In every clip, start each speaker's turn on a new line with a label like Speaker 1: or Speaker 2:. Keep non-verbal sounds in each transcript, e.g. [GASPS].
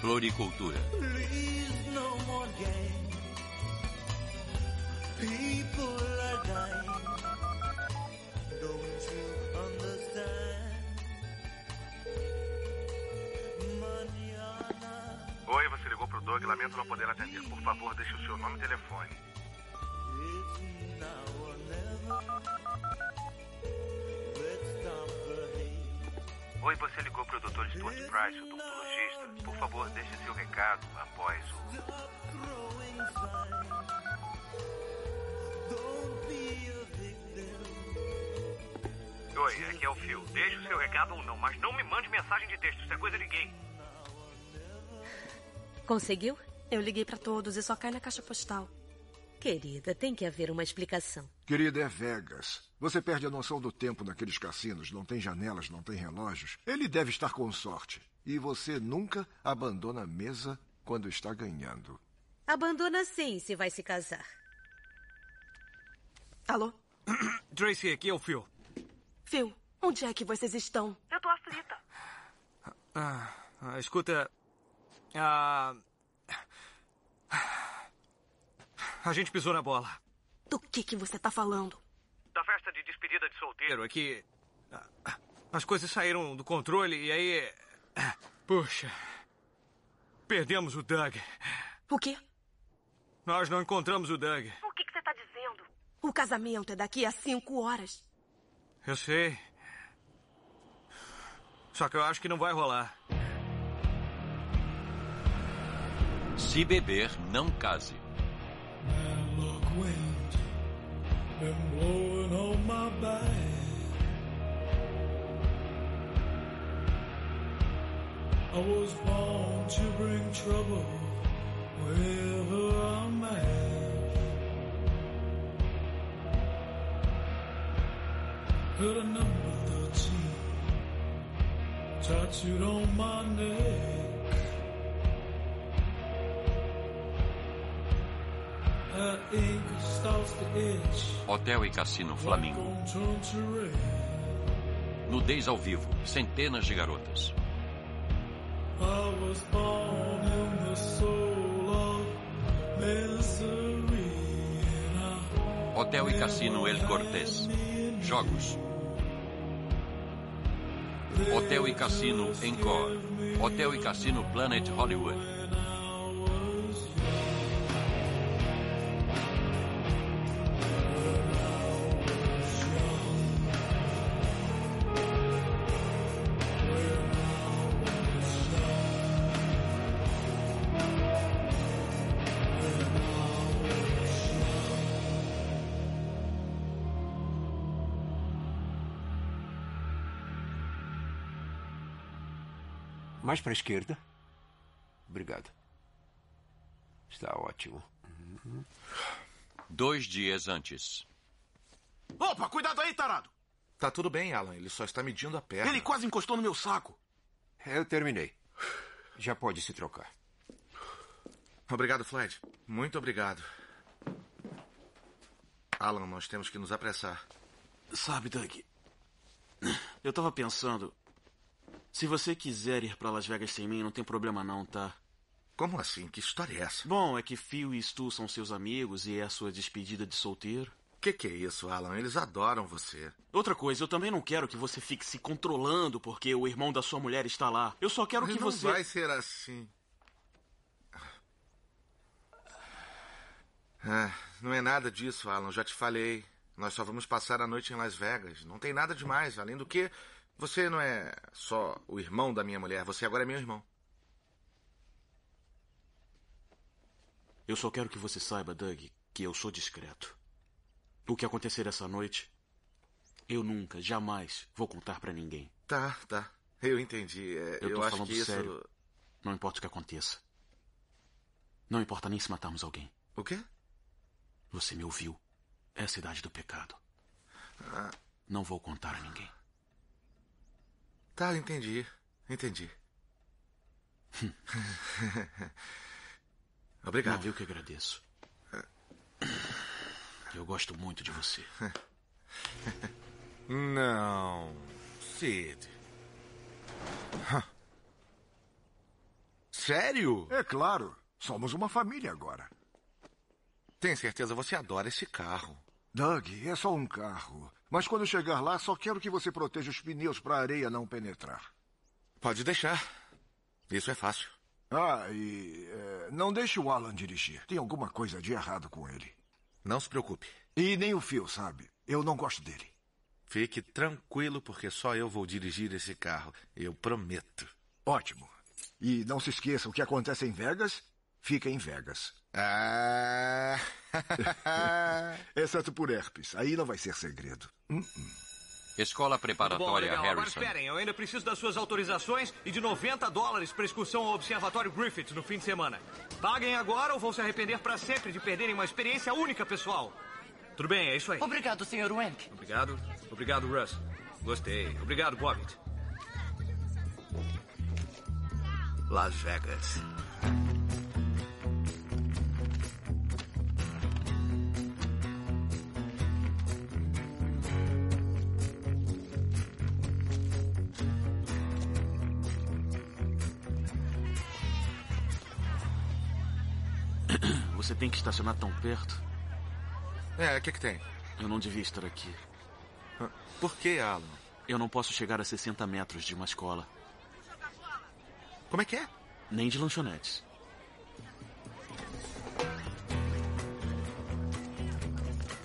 Speaker 1: Floricultura.
Speaker 2: Oi, você ligou pro Doug, lamento não poder atender. Por favor, deixe o seu nome e telefone. Oi, você ligou pro Dr. Stuart Price, odontologista. Por favor, deixe seu recado após o. Oi, aqui é o Phil. Deixe o seu recado ou não, mas não me mande mensagem de texto, isso é coisa de gay.
Speaker 3: Conseguiu? Eu liguei pra todos e só cai na caixa postal. Querida, tem que haver uma explicação.
Speaker 4: Querida, é Vegas. Você perde a noção do tempo naqueles cassinos. Não tem janelas, não tem relógios. Ele deve estar com sorte. E você nunca abandona a mesa quando está ganhando.
Speaker 3: Abandona sim se vai se casar.
Speaker 5: Alô?
Speaker 6: Tracy, aqui é o Phil.
Speaker 5: Phil, onde é que vocês estão?
Speaker 7: Eu tô aflita.
Speaker 6: Ah, ah, escuta. Ah, a gente pisou na bola.
Speaker 5: Do que que você tá falando?
Speaker 2: Da festa de despedida de solteiro.
Speaker 6: Primeiro é que. ah, ah, As coisas saíram do controle e aí. ah, Puxa. Perdemos o Doug.
Speaker 5: O quê?
Speaker 6: Nós não encontramos o Doug.
Speaker 7: O que, que você tá dizendo?
Speaker 5: O casamento é daqui a cinco horas.
Speaker 6: Eu sei. Só que eu acho que não vai rolar.
Speaker 1: Se beber, não case.
Speaker 8: Look, wind been blowing on my back. I was born to bring trouble wherever I'm at. Got a number 13 tattooed on my neck. That ink starts to itch.
Speaker 1: Hotel e Cassino Flamingo.
Speaker 8: Gonna turn to red.
Speaker 1: Nudez ao vivo. Centenas de garotas.
Speaker 8: I was born in the soul of misery, and I
Speaker 1: Hotel e Cassino El Cortés. Jogos. Hotel e Cassino Encore. Hotel e Cassino Planet Hollywood.
Speaker 9: Mais para a esquerda. Obrigado. Está ótimo.
Speaker 1: Dois dias antes.
Speaker 10: Opa, cuidado aí, tarado!
Speaker 11: Tá tudo bem, Alan. Ele só está medindo a perna.
Speaker 10: Ele quase encostou no meu saco.
Speaker 9: Eu terminei. Já pode se trocar.
Speaker 11: Obrigado, Floyd. Muito obrigado. Alan, nós temos que nos apressar.
Speaker 10: Sabe, Doug, eu tava pensando. Se você quiser ir pra Las Vegas sem mim, não tem problema não, tá?
Speaker 11: Como assim? Que história é essa?
Speaker 10: Bom, é que Phil e Stu são seus amigos e é a sua despedida de solteiro.
Speaker 11: Que que é isso, Alan? Eles adoram você.
Speaker 10: Outra coisa, eu também não quero que você fique se controlando porque o irmão da sua mulher está lá. Eu só quero que
Speaker 11: não
Speaker 10: você.
Speaker 11: vai ser assim. Ah, não é nada disso, Alan. Já te falei. Nós só vamos passar a noite em Las Vegas. Não tem nada demais. Além do que, você não é só o irmão da minha mulher. Você agora é meu irmão.
Speaker 10: Eu só quero que você saiba, Doug, que eu sou discreto. O que acontecer essa noite, eu nunca, jamais vou contar pra ninguém.
Speaker 11: Tá, tá. Eu entendi. É,
Speaker 10: Eu
Speaker 11: eu
Speaker 10: tô
Speaker 11: acho
Speaker 10: falando
Speaker 11: que isso.
Speaker 10: sério. Não importa o que aconteça. Não importa nem se matarmos alguém.
Speaker 11: O quê?
Speaker 10: Você me ouviu. É a cidade do pecado. Não vou contar a ninguém.
Speaker 11: Tá, entendi. Entendi. [LAUGHS]
Speaker 10: Não,
Speaker 11: Obrigado.
Speaker 10: eu que agradeço. Eu gosto muito de você.
Speaker 11: É. Não, Sid. Hã. Sério?
Speaker 4: É claro. Somos uma família agora.
Speaker 11: Tem certeza, você adora esse carro.
Speaker 4: Doug, é só um carro. Mas quando chegar lá, só quero que você proteja os pneus para a areia não penetrar.
Speaker 11: Pode deixar. Isso é fácil.
Speaker 4: Ah, e eh, não deixe o Alan dirigir. Tem alguma coisa de errado com ele.
Speaker 11: Não se preocupe.
Speaker 4: E nem o Phil, sabe? Eu não gosto dele.
Speaker 11: Fique tranquilo, porque só eu vou dirigir esse carro. Eu prometo.
Speaker 4: Ótimo. E não se esqueça, o que acontece em Vegas, fica em Vegas.
Speaker 11: Ah!
Speaker 4: [LAUGHS] Exceto por herpes. Aí não vai ser segredo.
Speaker 1: Escola
Speaker 6: Bom,
Speaker 1: Preparatória
Speaker 6: legal. Agora
Speaker 1: Tá, Harrison.
Speaker 6: esperem, eu ainda preciso das suas autorizações e de 90 dólares para excursão ao Observatório Griffith no fim de semana. Paguem agora ou vão se arrepender para sempre de perderem uma experiência única, pessoal. Tudo bem, é isso aí.
Speaker 7: Obrigado, Sr. Wenk.
Speaker 6: Obrigado. Obrigado, Russ. Gostei. Obrigado, Bobbit. Las Vegas.
Speaker 10: Você tem que estacionar tão perto.
Speaker 11: É, o que, que tem?
Speaker 10: Eu não devia estar aqui.
Speaker 11: Por que, Alan?
Speaker 10: Eu não posso chegar a 60 metros de uma escola.
Speaker 11: Como é que é?
Speaker 10: Nem de lanchonetes.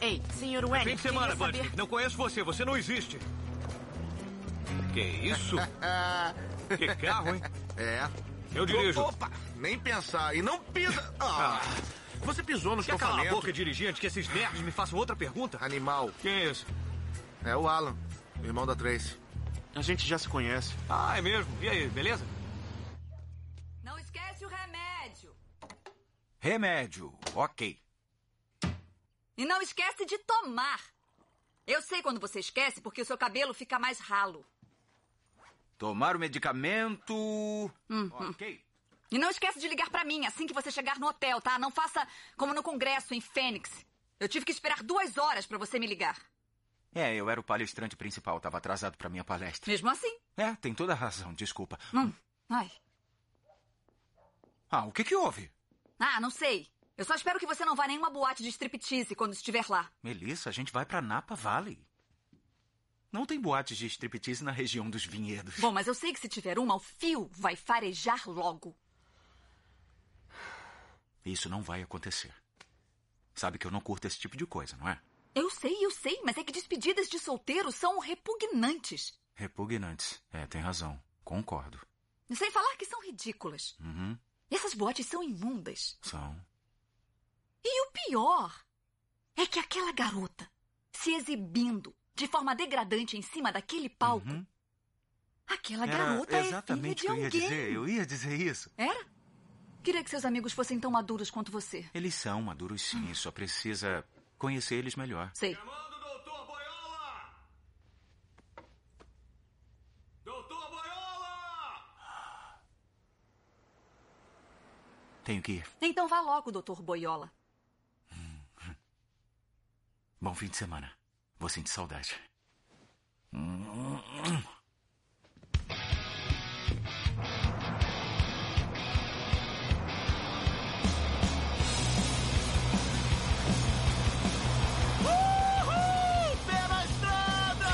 Speaker 7: Ei, Sr. Wenk.
Speaker 6: É Fim de semana,
Speaker 7: queria saber-
Speaker 6: Bunch. Não conheço você, você não existe. Que
Speaker 7: [LAUGHS]
Speaker 11: [LAUGHS]
Speaker 6: isso? que carro, hein?
Speaker 11: É.
Speaker 6: Eu dirijo.
Speaker 11: Opa! Nem pensar. E não
Speaker 6: [LAUGHS]
Speaker 11: pisa. Ah, Você pisou no
Speaker 6: Quer calar a
Speaker 11: estofamento.
Speaker 6: boca e dirigir antes que esses nerds me façam outra pergunta?
Speaker 11: Animal.
Speaker 6: Quem é esse?
Speaker 11: É o Alan, o irmão da Tracy.
Speaker 10: A gente já se conhece.
Speaker 6: Ah, é mesmo. E aí, beleza?
Speaker 12: Não esquece o remédio.
Speaker 13: Remédio, ok.
Speaker 12: E não esquece de tomar. Eu sei quando você esquece porque o seu cabelo fica mais ralo.
Speaker 13: Tomar o medicamento.
Speaker 12: Uhum.
Speaker 13: Ok.
Speaker 12: E não esquece de ligar pra mim assim que você chegar no hotel, tá? Não faça como no congresso em Fênix. Eu tive que esperar duas horas pra você me ligar.
Speaker 13: É, eu era o palestrante principal, tava atrasado pra minha palestra.
Speaker 12: Mesmo assim.
Speaker 13: É, tem toda a razão, desculpa.
Speaker 12: Ai.
Speaker 13: Ah, o que que houve?
Speaker 12: Ah, não sei. Eu só espero que você não vá a nenhuma boate de striptease quando estiver lá.
Speaker 13: Melissa, a gente vai pra Napa Valley. Não tem boates de striptease na região dos vinhedos.
Speaker 12: Bom, mas eu sei que se tiver uma, o fio vai farejar logo.
Speaker 13: Isso não vai acontecer. Sabe que eu não curto esse tipo de coisa, não é?
Speaker 12: Eu sei, eu sei, mas é que despedidas de solteiro são repugnantes.
Speaker 13: Repugnantes. É, tem razão. Concordo.
Speaker 12: E Sem falar que são ridículas.
Speaker 13: Uhum,
Speaker 12: E essas boates são imundas.
Speaker 13: são.
Speaker 12: E o pior é que aquela garota se exibindo de forma degradante em cima daquele palco. Aquela garota
Speaker 13: Uhum. Era
Speaker 12: é filha
Speaker 13: exatamente
Speaker 12: de
Speaker 13: o que eu ia
Speaker 12: alguém.
Speaker 13: dizer. Eu ia dizer isso.
Speaker 12: Era? Queria que seus amigos fossem tão maduros quanto você.
Speaker 13: Eles são maduros sim, só precisa conhecer eles melhor.
Speaker 12: Sei.
Speaker 13: Tenho que ir.
Speaker 12: Então vá logo, doutor Boiola.
Speaker 13: Bom fim de semana. Vou sentir saudade.
Speaker 8: Uhul! Pé na estrada!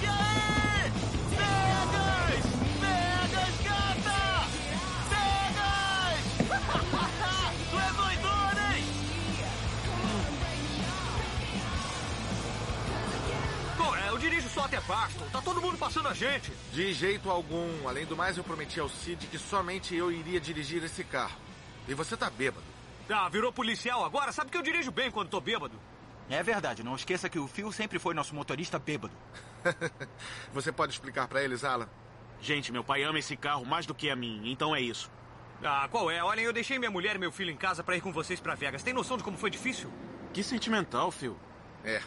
Speaker 8: E aí? Vegas! Vegas, gata! Vegas! Tu é doidona, hein?
Speaker 6: Bom, é, eu dirijo só até Boston. Tá todo mundo passando a gente.
Speaker 11: De jeito algum. Além do mais, eu prometi ao Cid que somente eu iria dirigir esse carro. E você tá bêbado.
Speaker 6: Ah, virou policial agora? Sabe que eu dirijo bem quando tô bêbado.
Speaker 13: É verdade, não esqueça que o Phil sempre foi nosso motorista bêbado.
Speaker 11: Você pode explicar pra eles, Alan?
Speaker 10: Gente, meu pai ama esse carro mais do que a mim, então é isso.
Speaker 6: Ah, qual é? Olhem, eu deixei minha mulher e meu filho em casa pra ir com vocês pra Vegas. Tem noção de como foi difícil?
Speaker 10: Que sentimental, Phil.
Speaker 11: É.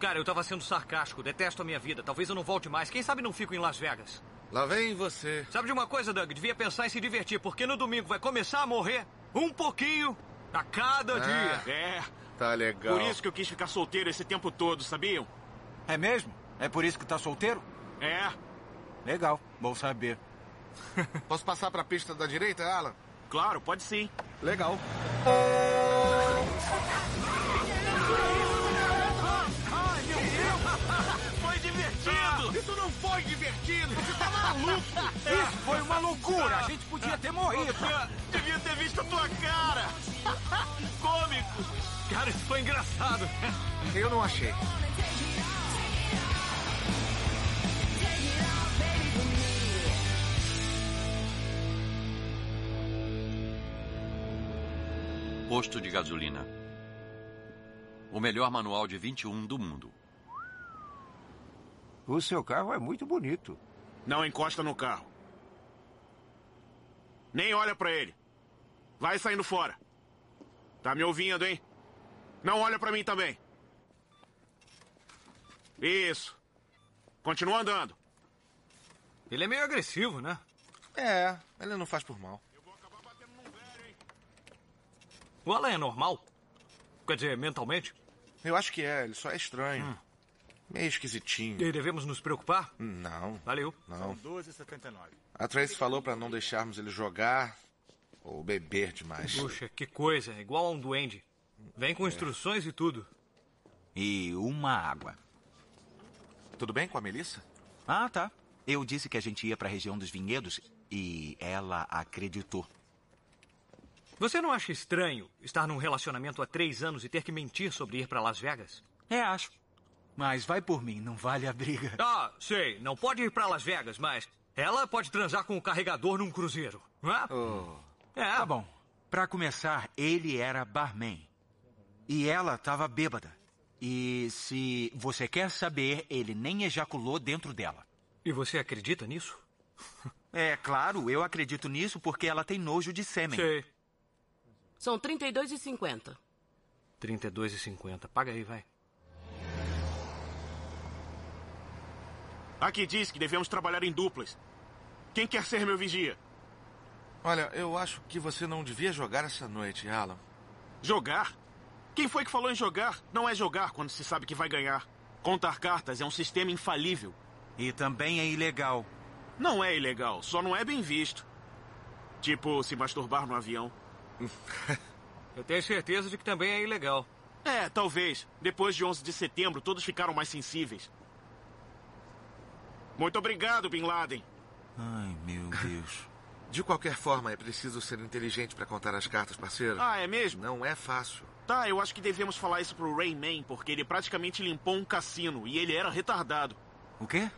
Speaker 6: Cara, eu tava sendo sarcástico. Detesto a minha vida. Talvez eu não volte mais. Quem sabe não fico em Las Vegas.
Speaker 11: Lá vem você.
Speaker 6: Sabe de uma coisa, Doug? Devia pensar em se divertir, porque no domingo vai começar a morrer um pouquinho a cada
Speaker 11: Ah,
Speaker 6: dia.
Speaker 10: É,
Speaker 11: Tá legal.
Speaker 10: por isso que eu quis ficar solteiro esse tempo todo, sabiam?
Speaker 13: É mesmo? É por isso que tá solteiro?
Speaker 10: É.
Speaker 13: Legal, bom saber.
Speaker 11: Posso passar pra pista da direita, Alan?
Speaker 10: Claro, pode sim.
Speaker 11: Legal.
Speaker 8: Ai, meu Deus! Foi divertido! isso não foi [LAUGHS] [LAUGHS] divertido! Você tá maluco! Isso foi uma loucura! A gente podia ter morrido! Devia ter visto a tua cara! [LAUGHS] Cômico!
Speaker 6: Cara, isso foi engraçado.
Speaker 11: Eu não achei.
Speaker 1: Posto de gasolina. O melhor manual de 21 do mundo.
Speaker 9: O seu carro é muito bonito.
Speaker 10: Não encosta no carro. Nem olha pra ele. Vai saindo fora. Tá me ouvindo, hein? Não olha pra mim também. Isso. Continua andando.
Speaker 6: Ele é meio agressivo, né?
Speaker 11: É, ele não faz por mal.
Speaker 6: O Alan é normal? Quer dizer, mentalmente?
Speaker 11: Eu acho que é, ele só é estranho. Meio esquisitinho.
Speaker 6: E devemos nos preocupar?
Speaker 11: Não.
Speaker 6: Valeu.
Speaker 11: Não. A Tracy falou pra não deixarmos ele jogar ou beber demais.
Speaker 6: Puxa, que coisa. é Igual a um duende. Vem
Speaker 11: É.
Speaker 6: com instruções e tudo.
Speaker 13: E uma água.
Speaker 11: Tudo bem com a Melissa?
Speaker 13: Ah, tá. Eu disse que a gente ia pra região dos vinhedos e ela acreditou.
Speaker 6: Você não acha estranho estar num relacionamento há três anos e ter que mentir sobre ir pra Las Vegas?
Speaker 13: É, acho. Mas vai por mim, não vale a briga.
Speaker 6: Ah, sei. Não pode ir pra Las Vegas, mas ela pode transar com o carregador num cruzeiro, não é? É.
Speaker 13: Tá bom. Pra começar, ele era barman. E ela tava bêbada. E se você quer saber, ele nem ejaculou dentro dela.
Speaker 6: E você acredita nisso? [LAUGHS]
Speaker 13: É claro, eu acredito nisso porque ela tem nojo de sêmen.
Speaker 6: Sei.
Speaker 7: São 32,50.
Speaker 6: 32,50. Paga aí, vai.
Speaker 10: Aqui diz que devemos trabalhar em duplas. Quem quer ser meu vigia?
Speaker 11: Olha, eu acho que você não devia jogar essa noite, Alan.
Speaker 10: Jogar? Quem foi que falou em jogar? Não é jogar quando se sabe que vai ganhar. Contar cartas é um sistema infalível.
Speaker 13: E também é ilegal.
Speaker 10: Não é ilegal, só não é bem visto. Tipo, se masturbar no avião.
Speaker 6: [LAUGHS] Eu tenho certeza de que também é ilegal.
Speaker 10: É, talvez. Depois de 11 de setembro, todos ficaram mais sensíveis. Muito obrigado, Bin Laden.
Speaker 13: Ai, meu Deus.
Speaker 11: [LAUGHS] De qualquer forma, é preciso ser inteligente pra contar as cartas, parceiro.
Speaker 10: Ah, é mesmo?
Speaker 11: Não é fácil.
Speaker 10: Tá, eu acho que devemos falar isso pro Rayman, porque ele praticamente limpou um cassino e ele era retardado.
Speaker 13: O quê?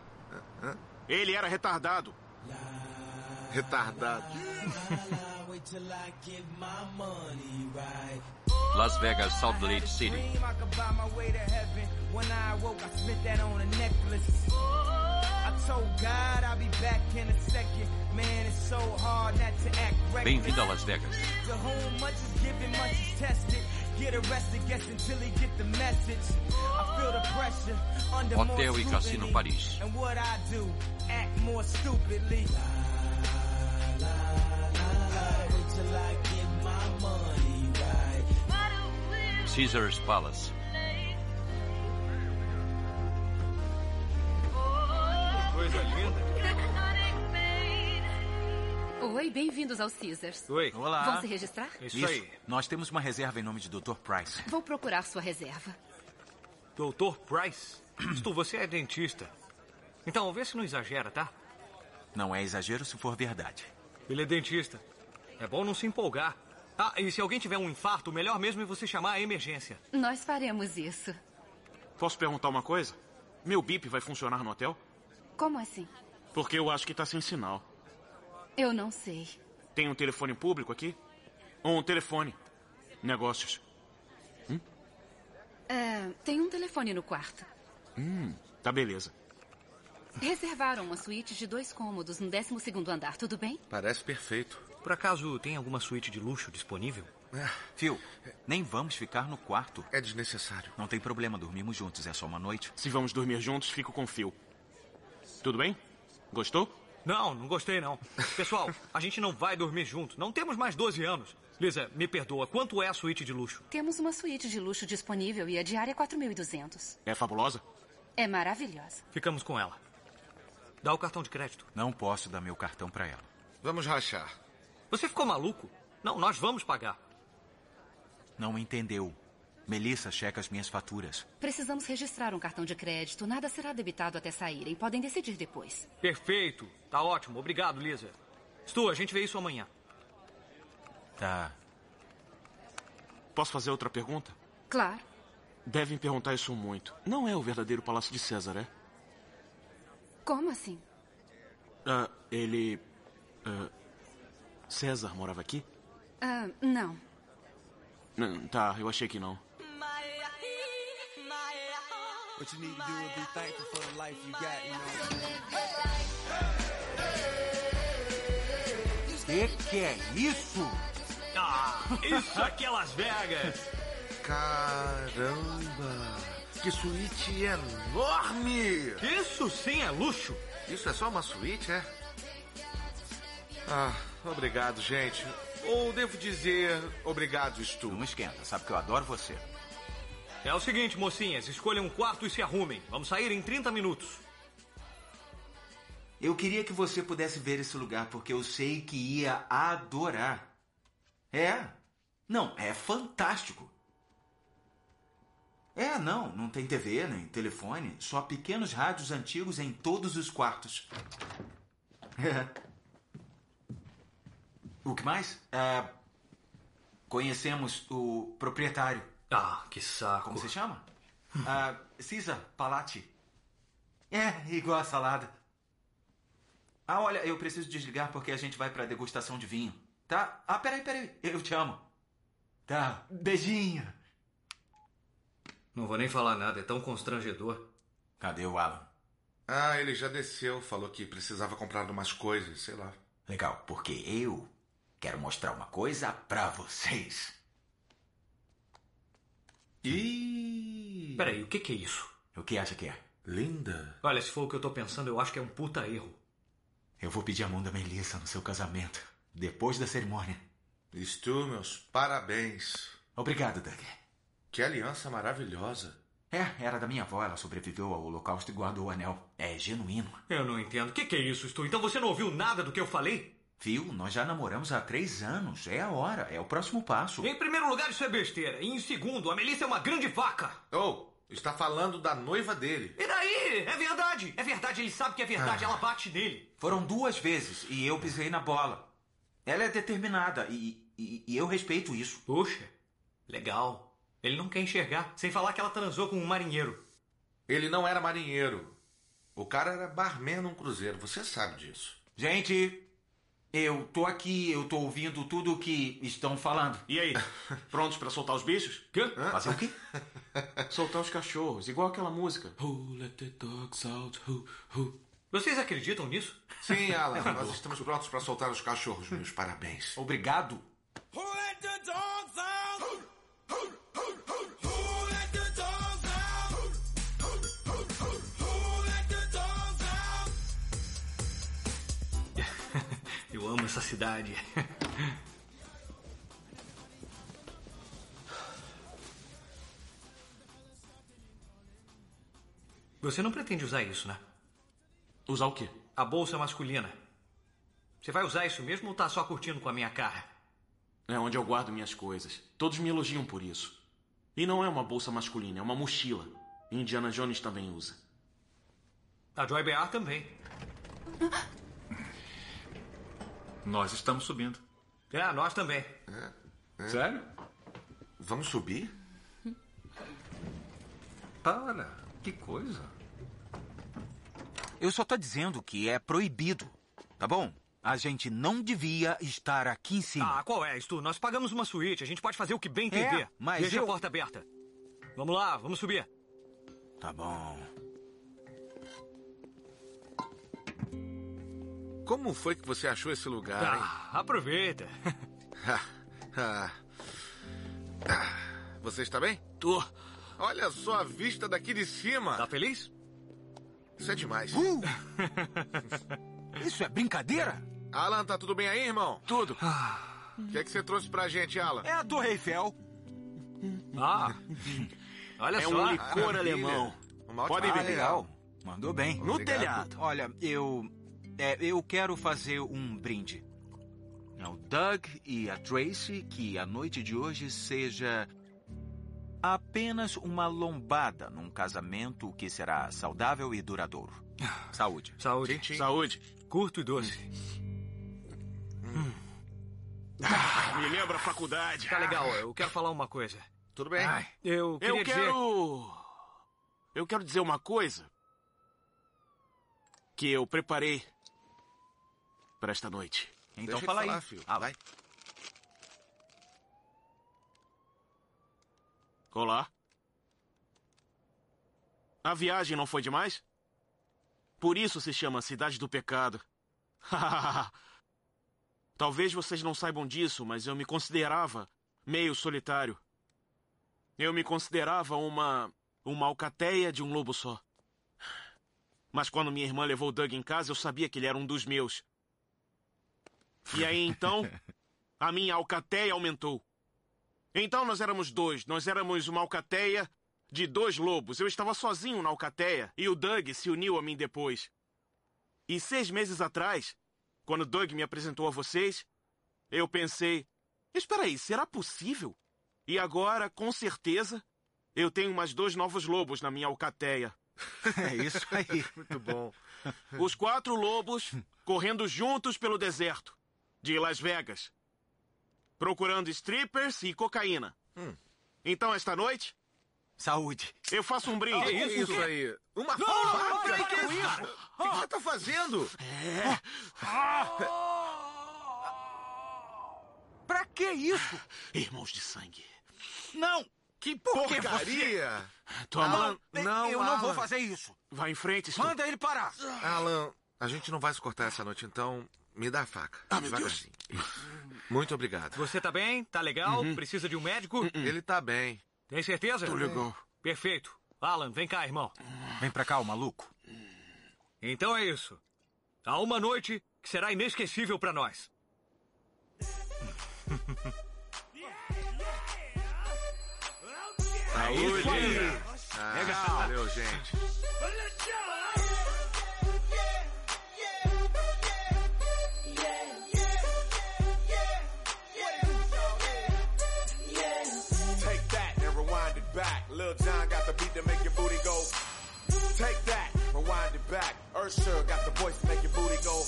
Speaker 10: Ele era retardado.
Speaker 11: Retardado.
Speaker 1: Las Vegas, Salt Lake City.
Speaker 14: dream I could buy my way to heaven. When I awoke, I spent that on a necklace. I told God I'll be back in a second. Man, it's so hard not to act reckless.
Speaker 1: Bem-vindo a Las Vegas.
Speaker 14: To whom much is given, much is tested. Get arrested, guess until he get the message. I feel the pressure under more
Speaker 1: Hotel e Cassino
Speaker 14: scrutiny.
Speaker 1: Paris.
Speaker 14: And what I do, act more stupidly.
Speaker 1: Caesars Palace.
Speaker 6: Coisa linda.
Speaker 15: Oi, bem-vindos ao Caesars.
Speaker 6: Oi. É
Speaker 13: Olá.
Speaker 15: Vão se registrar?
Speaker 6: Isso, aí.
Speaker 13: Nós temos uma reserva em nome de Dr. Price.
Speaker 15: Vou procurar sua reserva.
Speaker 6: Doutor
Speaker 13: [CLEARS THROAT]
Speaker 6: Price. Stu, você é dentista. Então, vê se não exagera, tá?
Speaker 13: Não é exagero se for verdade.
Speaker 6: Ele é dentista. É bom não se empolgar. Ah, e se alguém tiver um infarto, o melhor mesmo é você chamar a emergência.
Speaker 15: Nós faremos isso.
Speaker 10: Posso perguntar uma coisa? Meu bip vai funcionar no hotel?
Speaker 15: Como assim?
Speaker 10: Porque eu acho que tá sem sinal.
Speaker 15: Eu não sei.
Speaker 10: Tem um telefone público aqui? Um telefone. Negócios.
Speaker 15: É, tem um telefone no quarto.
Speaker 10: Hum, tá beleza.
Speaker 15: Reservaram uma suíte de dois cômodos no 12 andar, tudo bem?
Speaker 11: Parece perfeito.
Speaker 6: Por acaso tem alguma suíte de luxo disponível?
Speaker 13: Phil, nem vamos ficar no quarto.
Speaker 11: É desnecessário.
Speaker 13: Não tem problema, dormimos juntos, é só uma noite.
Speaker 10: Se vamos dormir juntos, fico com o fio. Tudo bem? Gostou?
Speaker 6: Não, não gostei não. Pessoal, a gente não vai dormir junto. Não temos mais 12 anos. Lisa, me perdoa. Quanto é a suíte de luxo?
Speaker 15: Temos uma suíte de luxo disponível e a diária é 4.200.
Speaker 10: É fabulosa?
Speaker 15: É maravilhosa.
Speaker 6: Ficamos com ela. Dá o cartão de crédito.
Speaker 13: Não posso dar meu cartão pra ela.
Speaker 11: Vamos rachar.
Speaker 6: Você ficou maluco? Não, nós vamos pagar.
Speaker 13: Não entendeu. Melissa checa as minhas faturas.
Speaker 15: Precisamos registrar um cartão de crédito. Nada será debitado até saírem. Podem decidir depois.
Speaker 6: Perfeito. Tá ótimo. Obrigado, Lisa. Stu, a gente vê isso amanhã.
Speaker 10: Tá. Posso fazer outra pergunta?
Speaker 15: Claro.
Speaker 10: Devem perguntar isso muito. Não é o verdadeiro Palácio de César, é?
Speaker 15: Como assim?
Speaker 10: Ah, ele. ah, César morava aqui?
Speaker 15: Ah, não.
Speaker 10: Hum, tá, eu achei que não.
Speaker 14: What you need to do is be thankful for the life you got, you know.
Speaker 13: Que que é isso?
Speaker 6: Ah, isso aqui é Las Vegas.
Speaker 11: Caramba! Que suíte enorme!
Speaker 6: Isso sim é luxo!
Speaker 11: Isso é só uma suíte, é? Ah, obrigado, gente. Ou devo dizer obrigado, Stu.
Speaker 13: Não esquenta, sabe que eu adoro você.
Speaker 6: É o seguinte, mocinhas, escolham um quarto e se arrumem. Vamos sair em 30 minutos.
Speaker 13: Eu queria que você pudesse ver esse lugar porque eu sei que ia adorar. É? Não, é fantástico. É, não, não tem TV nem telefone, só pequenos rádios antigos em todos os quartos. [LAUGHS] É. O que mais? É, conhecemos o proprietário.
Speaker 6: Ah, que saco.
Speaker 13: Como se chama? [LAUGHS] Ah, Cisa Palati. É, igual a salada. Ah, olha, eu preciso desligar porque a gente vai pra degustação de vinho. Tá? Ah, peraí, peraí. Eu te amo. Tá, beijinho.
Speaker 6: Não vou nem falar nada, é tão constrangedor.
Speaker 13: Cadê o Alan?
Speaker 11: Ah, ele já desceu, falou que precisava comprar umas coisas, sei lá.
Speaker 13: Legal, porque eu quero mostrar uma coisa pra vocês.
Speaker 11: E.
Speaker 6: Peraí, o que, que é isso?
Speaker 13: O que acha que é?
Speaker 11: Linda.
Speaker 6: Olha, se for o que eu tô pensando, eu acho que é um puta erro.
Speaker 13: Eu vou pedir a mão da Melissa no seu casamento, depois da cerimônia.
Speaker 11: Stu, meus parabéns.
Speaker 13: Obrigado, Doug.
Speaker 11: Que aliança maravilhosa.
Speaker 13: É, era da minha avó, ela sobreviveu ao holocausto e guardou o anel. É genuíno.
Speaker 6: Eu não entendo. O que, que é isso, Stu? Então você não ouviu nada do que eu falei?
Speaker 13: Viu? Nós já namoramos há três anos. É a hora, é o próximo passo.
Speaker 6: Em primeiro lugar, isso é besteira. E em segundo, a Melissa é uma grande vaca.
Speaker 11: Ou, está falando da noiva dele.
Speaker 6: E daí? É verdade. É verdade, ele sabe que é
Speaker 11: Ah.
Speaker 6: verdade. Ela bate nele.
Speaker 13: Foram duas vezes e eu pisei na bola. Ela é determinada e, e, e eu respeito isso.
Speaker 6: Puxa, legal. Ele não quer enxergar. É? Sem falar que ela transou com um marinheiro.
Speaker 11: Ele não era marinheiro. O cara era barman num cruzeiro, você sabe disso.
Speaker 13: Gente, eu tô aqui, eu tô ouvindo tudo o que estão falando.
Speaker 10: E
Speaker 13: [LAUGHS]
Speaker 10: aí? Prontos pra soltar os bichos?
Speaker 6: Quê?
Speaker 13: Fazer o quê?
Speaker 10: [LAUGHS] Soltar os cachorros, igual aquela música. Who let the dogs out? Who, who?
Speaker 6: Vocês acreditam nisso? [LAUGHS]
Speaker 11: Sim, Alan, nós estamos prontos para soltar os cachorros, meus parabéns.
Speaker 13: Obrigado.
Speaker 14: Who let the dogs out? Who let the dogs out? Who let the dogs out?
Speaker 6: Eu amo essa cidade. Você não pretende usar isso, né?
Speaker 10: Usar o quê?
Speaker 6: A bolsa masculina. Você vai usar isso mesmo ou tá só curtindo com a minha cara?
Speaker 10: É onde eu guardo minhas coisas. Todos me elogiam por isso. E não é uma bolsa masculina, é uma mochila. Indiana Jones também usa.
Speaker 6: A Joy Bear também.
Speaker 16: Nós estamos subindo.
Speaker 6: É, nós também.
Speaker 16: Sério?
Speaker 11: Vamos subir?
Speaker 16: Para. Que coisa.
Speaker 13: Eu só tô dizendo que é proibido, tá bom? A gente não devia estar aqui em cima.
Speaker 6: Ah, qual é, Stu? Nós pagamos uma suíte, a gente pode fazer o que bem
Speaker 11: É,
Speaker 6: entender.
Speaker 13: mas
Speaker 6: Deixa
Speaker 13: eu-
Speaker 6: a porta aberta. Vamos lá, vamos subir.
Speaker 13: Tá bom.
Speaker 11: Como foi que você achou esse lugar, hein?
Speaker 6: Ah, aproveita.
Speaker 11: Ah. Ah. Você está bem? Tô. Olha só a vista daqui de cima.
Speaker 6: Tá feliz?
Speaker 11: Isso é demais.
Speaker 13: Uh! [LAUGHS] Isso é brincadeira? Ah.
Speaker 11: Alan, tá tudo bem aí, irmão?
Speaker 10: Tudo.
Speaker 11: O que é que você trouxe pra gente, Alan?
Speaker 13: É a Torre Eiffel.
Speaker 6: Ah, olha só.
Speaker 10: É
Speaker 13: [LAUGHS]
Speaker 10: um licor
Speaker 11: Maravilha.
Speaker 13: É
Speaker 10: alemão.
Speaker 13: um
Speaker 11: Uma ótima
Speaker 10: Podem
Speaker 11: ideia.
Speaker 10: beber.
Speaker 13: Legal. Mandou bem. No
Speaker 8: Obrigado.
Speaker 13: telhado. Olha, eu. é, eu quero fazer um brinde. Ao Doug e a Tracy que a noite de hoje seja. apenas uma lombada num casamento que será saudável e duradouro.
Speaker 11: Ah.
Speaker 13: Saúde. Saúde. Saúde. Curto e doce.
Speaker 10: [LAUGHS] Me lembra a faculdade.
Speaker 6: Tá legal, eu quero falar uma coisa.
Speaker 11: Tudo bem.
Speaker 6: eu queria
Speaker 10: eu
Speaker 6: dizer-
Speaker 10: quero. Eu quero dizer uma coisa. Que eu preparei. para esta noite.
Speaker 11: Então Deixa ele fala aí. falar, filho.
Speaker 10: Ah, vai. Olá. A viagem não foi demais? Por isso se chama Cidade do Pecado. [LAUGHS] Talvez vocês não saibam disso, mas eu me considerava meio solitário. Eu me considerava uma. uma alcateia de um lobo só. Mas quando minha irmã levou o Doug em casa, eu sabia que ele era um dos meus. E aí então, a minha alcateia aumentou. Então nós éramos dois, nós éramos uma alcateia de dois lobos. Eu estava sozinho na alcateia e o Doug se uniu a mim depois. E seis meses atrás, quando o Doug me apresentou a vocês, eu pensei: espera aí, será possível? E agora, com certeza, eu tenho mais dois novos lobos na minha alcateia.
Speaker 11: [LAUGHS] É isso aí. Muito bom.
Speaker 10: Os quatro lobos correndo juntos pelo deserto de Las Vegas, procurando strippers e cocaína. Então, esta noite.
Speaker 13: Saúde.
Speaker 10: Eu faço um brinde.
Speaker 11: Que isso aí? Uma
Speaker 10: Não,
Speaker 11: faca?
Speaker 10: não, não,
Speaker 11: Peraí,
Speaker 10: não,
Speaker 11: que
Speaker 10: não,
Speaker 11: isso?
Speaker 10: não, não.
Speaker 11: O que que você tá fazendo?
Speaker 8: É. Pra que isso?
Speaker 10: Irmãos de sangue.
Speaker 8: Não!
Speaker 10: Que
Speaker 11: Porcaria!
Speaker 10: Toma.
Speaker 11: Alan, não,
Speaker 8: eu não vou
Speaker 11: Alan.
Speaker 8: fazer isso.
Speaker 10: Vai em frente, Stu.
Speaker 8: Manda ele parar.
Speaker 11: Alan, a gente não vai se cortar essa noite, então me dá a faca. Ah, meu Deus. Muito obrigado.
Speaker 6: Você tá bem? Tá legal?
Speaker 13: Uhum.
Speaker 6: Precisa de um médico?
Speaker 11: Uhum. Ele tá bem.
Speaker 6: Tem certeza?
Speaker 11: Tô legal.
Speaker 6: Perfeito. Alan, vem cá, irmão.
Speaker 13: Vem pra cá, o maluco.
Speaker 6: Então é isso. Há uma noite que será inesquecível pra nós.
Speaker 11: Saúde!
Speaker 8: isso aí.
Speaker 11: Ah,
Speaker 8: Legal.
Speaker 11: Valeu, gente.
Speaker 17: Take that and rewind it back. Lil John got the beat to make your booty go. Take that, rewind it back. Ursher got the voice to make your booty go.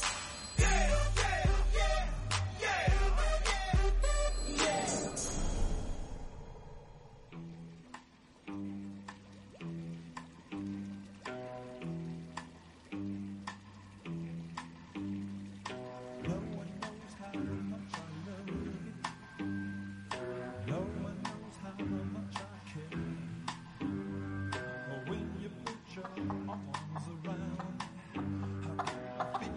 Speaker 18: When you put your arms around, how can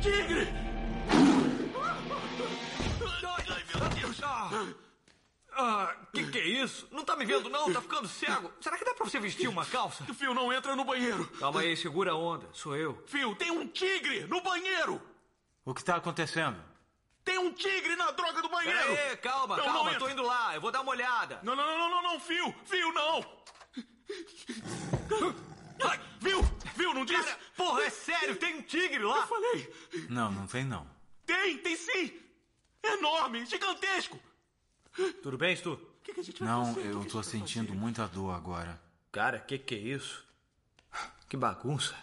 Speaker 8: tigre!
Speaker 6: Ai, ai, meu Deus! Ah, ah, que que é isso? Não tá me vendo, não? Tá ficando cego. Será que dá pra você vestir uma calça?
Speaker 10: Fio, não entra no banheiro.
Speaker 6: Calma aí, segura a onda. Sou eu.
Speaker 10: Fio, tem um tigre no banheiro.
Speaker 19: O que tá acontecendo?
Speaker 10: Tem um tigre na droga do banheiro.
Speaker 6: Peraí, calma,
Speaker 10: Não,
Speaker 6: calma.
Speaker 10: não
Speaker 6: tô
Speaker 10: entra.
Speaker 6: indo lá. Eu vou dar uma olhada.
Speaker 10: Não, não, não, não, não, não, Fio, Fio, não. Ai, Viu? Viu? Não disse?
Speaker 6: Porra, é sério, tem um tigre lá.
Speaker 10: Eu falei.
Speaker 19: Não, não tem não.
Speaker 10: Tem, tem sim. É Enorme, gigantesco.
Speaker 6: Tudo bem, Stu?
Speaker 10: O que, que a gente vai
Speaker 13: Não,
Speaker 10: fazer?
Speaker 13: eu tô sentindo muita dor agora.
Speaker 6: Cara, que que é isso? Que bagunça.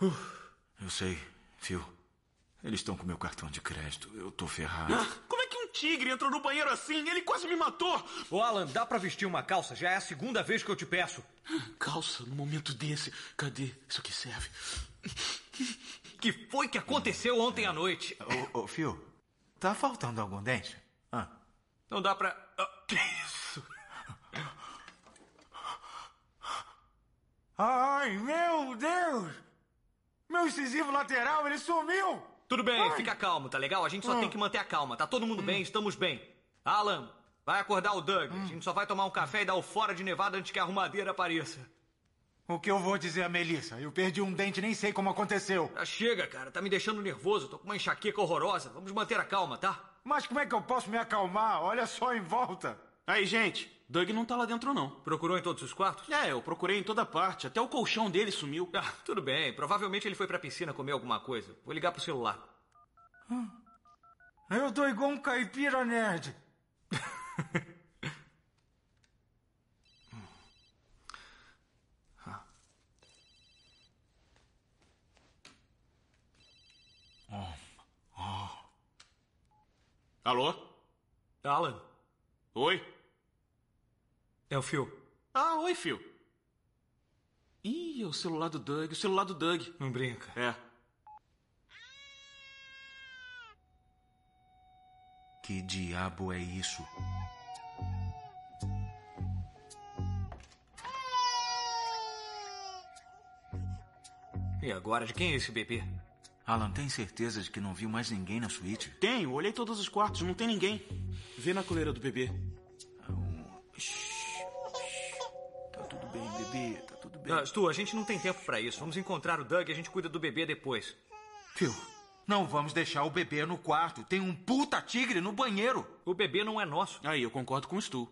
Speaker 13: Eu sei, Phil. Eles estão com meu cartão de crédito. Eu tô ferrado.
Speaker 10: Como é que um tigre entrou no banheiro assim? Ele quase me matou.
Speaker 6: Ô, Alan, dá pra vestir uma calça? Já é a segunda vez que eu te peço.
Speaker 10: Calça no momento desse. Cadê? Isso aqui serve.
Speaker 6: Que foi que aconteceu ontem à noite?
Speaker 13: Ô, ô, Phil, tá faltando algum dente? Ah,
Speaker 6: Não dá pra. Ah, que isso?
Speaker 8: Ai, meu Deus! Meu incisivo lateral, ele sumiu!
Speaker 6: Tudo bem,
Speaker 8: Ai.
Speaker 6: fica calmo, tá legal? A gente só tem que manter a calma. Tá todo mundo bem, estamos bem. Alan, vai acordar o Doug. A gente só vai tomar um café e dar o fora de nevada antes que a arrumadeira apareça.
Speaker 13: O que eu vou dizer a Melissa? Eu perdi um dente, nem sei como aconteceu.
Speaker 6: Já chega, cara. Tá me deixando nervoso. Tô com uma enxaqueca horrorosa. Vamos manter a calma, tá?
Speaker 10: Mas como é que eu posso me acalmar? Olha só em volta. Aí, gente, Doug não tá lá dentro, não.
Speaker 6: Procurou em todos os quartos?
Speaker 10: É, eu procurei em toda parte. Até o colchão dele sumiu.
Speaker 6: Ah, tudo bem. Provavelmente ele foi pra piscina comer alguma coisa. Vou ligar pro celular.
Speaker 8: Eu tô igual um caipira nerd.
Speaker 10: Alô? É
Speaker 6: Alan?
Speaker 10: Oi?
Speaker 6: É o Phil.
Speaker 10: Ah, oi, Phil. Ih, é o celular do Doug, o celular do Doug.
Speaker 6: Não brinca.
Speaker 10: É.
Speaker 13: Que diabo é isso?
Speaker 6: E agora, de quem é esse bebê?
Speaker 13: Alan, tem certeza de que não viu mais ninguém na suíte?
Speaker 10: Tenho, olhei todos os quartos, não tem ninguém. Vê na coleira do bebê.
Speaker 13: Tá tudo bem, bebê, tá tudo bem.
Speaker 6: Ah, Stu, a gente não tem tempo pra isso. Vamos encontrar o Doug e a gente cuida do bebê depois.
Speaker 13: Phil, não vamos deixar o bebê no quarto. Tem um puta tigre no banheiro.
Speaker 6: O bebê não é nosso.
Speaker 10: Aí, eu concordo com o Stu.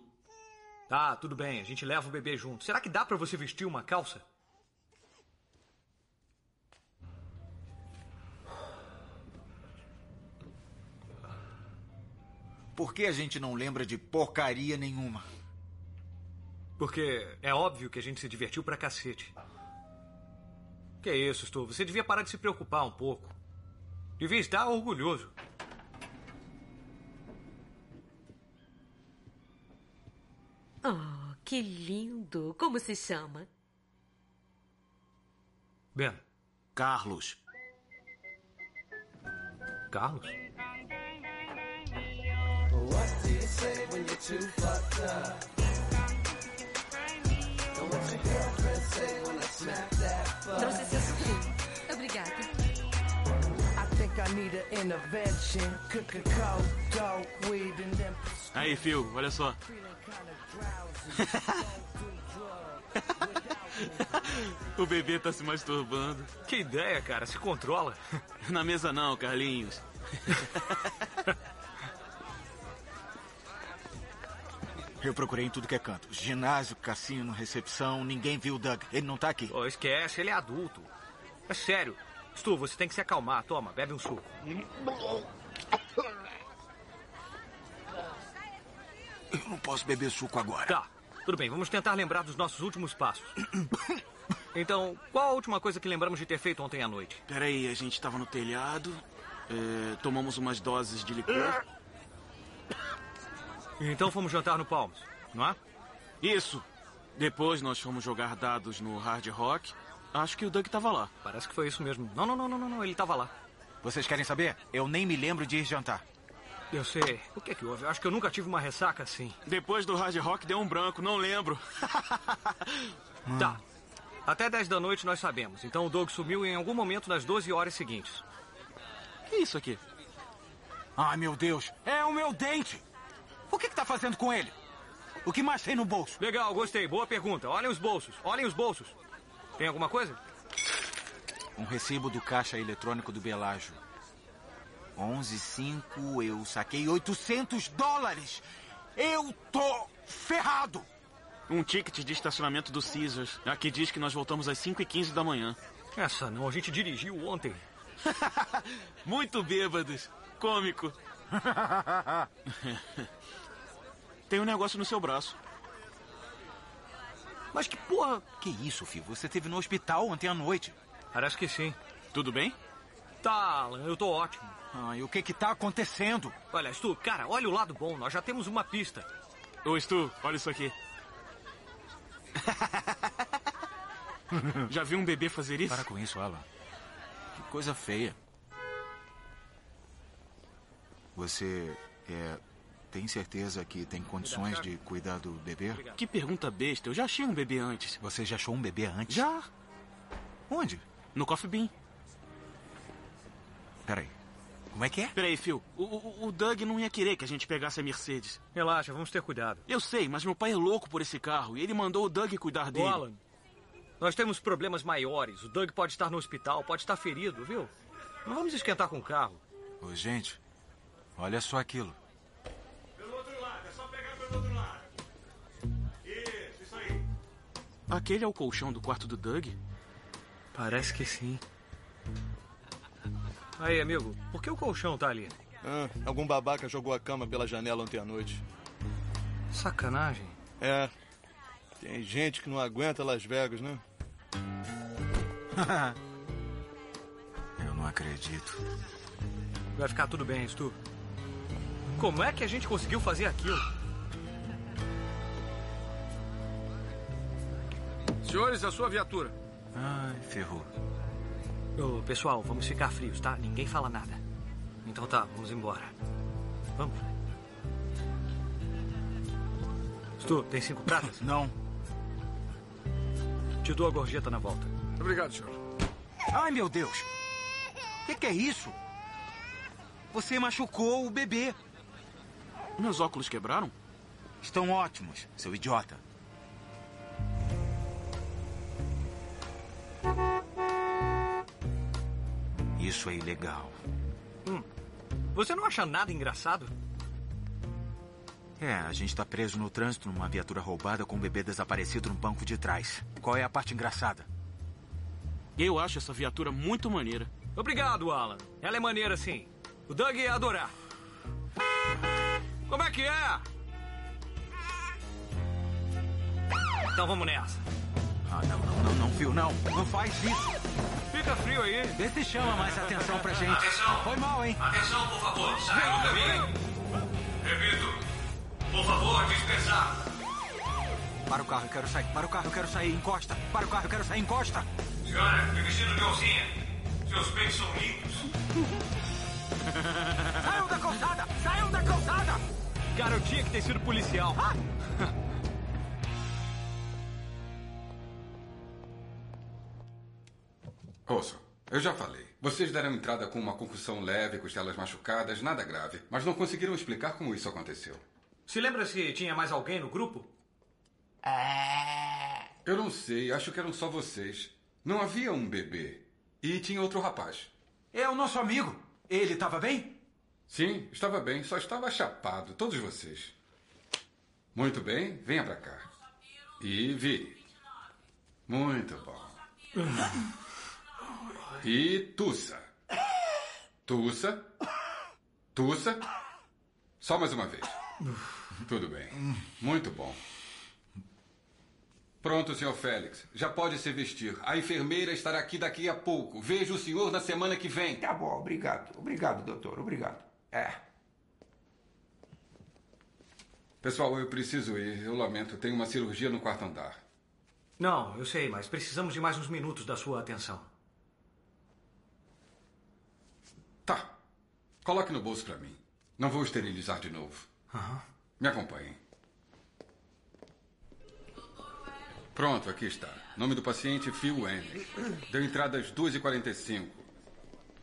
Speaker 6: Tá, tudo bem. A gente leva o bebê junto. Será que dá pra você vestir uma calça?
Speaker 13: Por que a gente não lembra de porcaria nenhuma?
Speaker 6: Porque é óbvio que a gente se divertiu pra cacete. Que é isso, Stu. Você devia parar de se preocupar um pouco. Devia estar orgulhoso.
Speaker 3: Oh, que lindo. Como se chama?
Speaker 6: Ben.
Speaker 10: Carlos.
Speaker 6: Carlos?
Speaker 15: Trouxe seu sobrinho. Obrigada.
Speaker 20: I think I need an intervention. Cook a cold dog weed and then
Speaker 10: Aí, Phil, olha só. o bebê tá se masturbando.
Speaker 6: Que ideia, cara. Se controla.
Speaker 10: [LAUGHS] Na mesa não, [LAUGHS] Carlinhos.
Speaker 13: Eu procurei em tudo que é canto. Ginásio, cassino, recepção, ninguém viu o Doug. Ele não tá aqui.
Speaker 6: Oh, esquece. Ele é adulto. É sério. Stu, você tem que se acalmar. Toma, bebe um suco.
Speaker 13: Hum, Eu não posso beber suco agora.
Speaker 6: Tá, tudo bem, vamos tentar lembrar dos nossos últimos passos. Então, qual a última coisa que lembramos de ter feito ontem à noite?
Speaker 10: Peraí, a gente tava no telhado, é, tomamos umas doses de licor.
Speaker 6: Então fomos jantar no Palms, não é?
Speaker 10: Isso. Depois nós fomos jogar dados no Hard Rock. Acho que o Doug tava lá.
Speaker 6: Parece que foi isso mesmo. Não, não, não, não, não, não, ele tava lá.
Speaker 13: Vocês querem saber? Eu nem me lembro de ir jantar.
Speaker 6: Eu sei. O que é que houve? Eu acho que eu nunca tive uma ressaca assim.
Speaker 10: Depois do Hard Rock deu um branco, não lembro.
Speaker 6: [LAUGHS] Tá. Até 10 da noite nós sabemos. Então o Doug sumiu em algum momento nas 12 horas seguintes.
Speaker 10: que é isso aqui?
Speaker 19: Ai, meu Deus, é o meu dente! O que, que tá fazendo com ele? O que mais tem no bolso?
Speaker 6: Legal, gostei. Boa pergunta. Olhem os bolsos. Olhem os bolsos. Tem alguma coisa?
Speaker 13: Um recibo do caixa eletrônico do Belágio.
Speaker 19: 11,5, eu saquei 800 dólares! Eu tô ferrado!
Speaker 10: Um ticket de estacionamento do Caesars. Aqui diz que nós voltamos às 5h15 da manhã.
Speaker 6: Essa não, a gente dirigiu ontem.
Speaker 10: [LAUGHS] Muito bêbados.
Speaker 6: [LAUGHS]
Speaker 10: Cômico. Tem um negócio no seu braço.
Speaker 13: Mas que porra. Que isso, filho? Você teve no hospital ontem à noite.
Speaker 6: Parece que sim.
Speaker 10: Tudo bem?
Speaker 13: [LAUGHS]
Speaker 6: Tá, Alan, eu tô ótimo.
Speaker 13: Ah, e o que que tá acontecendo?
Speaker 6: Olha, Stu, cara, olha o lado bom. Nós já temos uma pista.
Speaker 10: Ô, Stu, olha isso aqui.
Speaker 6: Hum.
Speaker 10: Já viu um bebê fazer isso?
Speaker 13: Para com isso, Alan. Que coisa feia. Você é, tem certeza que tem condições de cuidar do bebê?
Speaker 10: Que pergunta besta. Eu já achei um bebê antes.
Speaker 13: Você já achou um bebê antes?
Speaker 10: Já.
Speaker 13: Onde?
Speaker 10: No Coffee Bean.
Speaker 13: Peraí. Como é que é?
Speaker 10: Peraí, Phil. O, o, o Doug não ia querer que a gente pegasse a Mercedes.
Speaker 6: Relaxa, vamos ter cuidado.
Speaker 10: Eu sei, mas meu pai é louco por esse carro e ele mandou o Doug cuidar dele.
Speaker 6: Ô, Alan, nós temos problemas maiores. O Doug pode estar no hospital, pode estar ferido, viu? Não vamos esquentar com o carro.
Speaker 13: Ô, gente, olha só aquilo.
Speaker 19: Pelo outro lado, é só pegar pelo outro lado. Isso, isso aí.
Speaker 10: Aquele é o colchão do quarto do Doug?
Speaker 6: Parece que sim. Aí, amigo, por que o colchão tá ali?
Speaker 11: Ah, algum babaca jogou a cama pela janela ontem à noite.
Speaker 6: [LAUGHS] Sacanagem.
Speaker 11: É. Tem gente que não aguenta Las Vegas, né?
Speaker 13: Eu não acredito.
Speaker 6: Vai ficar tudo bem, Stu. Como é que a gente conseguiu fazer aquilo?
Speaker 21: Senhores, a sua viatura.
Speaker 13: Ai, ferrou.
Speaker 6: Ô, pessoal, vamos ficar frios, tá? Ninguém fala nada. Então tá, vamos embora. Vamos. Stu, tem cinco
Speaker 21: [LAUGHS]
Speaker 6: pratas?
Speaker 13: Não.
Speaker 6: Te dou a gorjeta na volta.
Speaker 21: Obrigado, senhor.
Speaker 13: Ai, meu Deus! O que, que é isso? Você machucou o bebê.
Speaker 10: Meus óculos quebraram?
Speaker 13: Estão ótimos, seu idiota. Isso é ilegal.
Speaker 6: Hum. Você não acha nada engraçado?
Speaker 13: É, a gente tá preso no trânsito numa viatura roubada com um bebê desaparecido no banco de trás. Qual é a parte engraçada?
Speaker 10: Eu acho essa viatura muito maneira.
Speaker 6: Obrigado, Alan. Ela é maneira, sim. O Doug ia adorar. Como é que é? Então vamos nessa.
Speaker 13: Ah, não, não, não, não, Phil, não. Não faz isso.
Speaker 6: Fica frio aí.
Speaker 13: Vê se chama mais atenção pra gente.
Speaker 21: Atenção.
Speaker 13: Foi mal, hein?
Speaker 21: Atenção, por favor, saiam do caminho. Repito, por favor, dispensar.
Speaker 6: [LAUGHS]
Speaker 13: Para o carro, eu quero sair. Para o carro, eu quero sair. Encosta. Para o carro, eu quero sair. Encosta.
Speaker 21: Senhora, dirigindo calcinha. Seus peitos são limpos.
Speaker 19: saiam da calçada! Saiam da calçada!
Speaker 6: Cara, eu tinha que ter sido policial. Ah!
Speaker 22: Ouçam, eu já falei. Vocês deram entrada com uma concussão leve, costelas machucadas, nada grave, mas não conseguiram explicar como isso aconteceu.
Speaker 6: Se lembra se tinha mais alguém no grupo?
Speaker 22: É. Eu não sei, acho que eram só vocês. Não havia um bebê. E tinha outro rapaz.
Speaker 19: É o nosso amigo. Ele estava bem?
Speaker 22: Sim, estava bem, só estava chapado, todos vocês. Muito bem, venha pra cá. E vire. Muito bom. E tussa. Tussa. Tussa. Só mais uma vez. Tudo bem. Muito bom. Pronto, senhor Félix. Já pode se vestir. A enfermeira estará aqui daqui a pouco. Vejo o senhor na semana que vem.
Speaker 23: Tá bom, obrigado. Obrigado, doutor. Obrigado. É.
Speaker 22: Pessoal, eu preciso ir. Eu lamento. Tenho uma cirurgia no quarto andar.
Speaker 6: Não, eu sei, mas precisamos de mais uns minutos da sua atenção.
Speaker 22: Tá. Coloque no bolso para mim. Não vou esterilizar de novo.
Speaker 6: Aham.
Speaker 22: Me acompanhem. Pronto, aqui está. Nome do paciente, Phil N. Deu entrada às 2h45.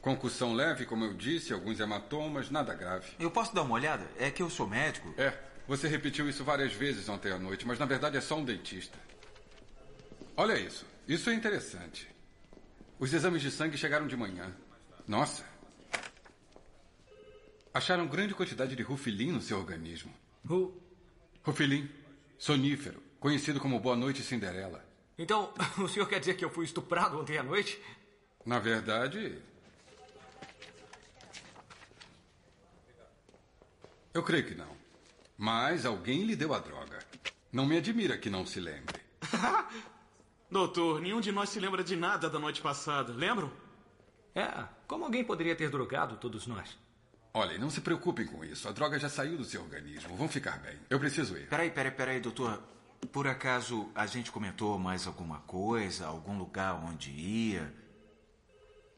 Speaker 22: Concussão leve, como eu disse, alguns hematomas, nada grave.
Speaker 13: Eu posso dar uma olhada? É que eu sou médico.
Speaker 22: É, você repetiu isso várias vezes ontem à noite, mas na verdade é só um dentista. Olha isso. Isso é interessante. Os exames de sangue chegaram de manhã. Nossa. Acharam grande quantidade de rufilin no seu organismo.
Speaker 10: Ru-
Speaker 22: Rufilin, sonífero, conhecido como Boa Noite Cinderela.
Speaker 6: [LAUGHS]
Speaker 24: Então, o senhor quer dizer que eu fui estuprado ontem à noite?
Speaker 22: Na verdade. Eu creio que não. Mas alguém lhe deu a droga. Não me admira que não se lembre.
Speaker 10: [LAUGHS] Doutor, nenhum de nós se lembra de nada da noite passada, lembram?
Speaker 6: É, como alguém poderia ter drogado todos nós?
Speaker 22: Olhem, não se preocupem com isso. A droga já saiu do seu organismo. Vão ficar bem. Eu preciso ir.
Speaker 13: Peraí, peraí, peraí, doutor. Por acaso a gente comentou mais alguma coisa, algum lugar onde ia?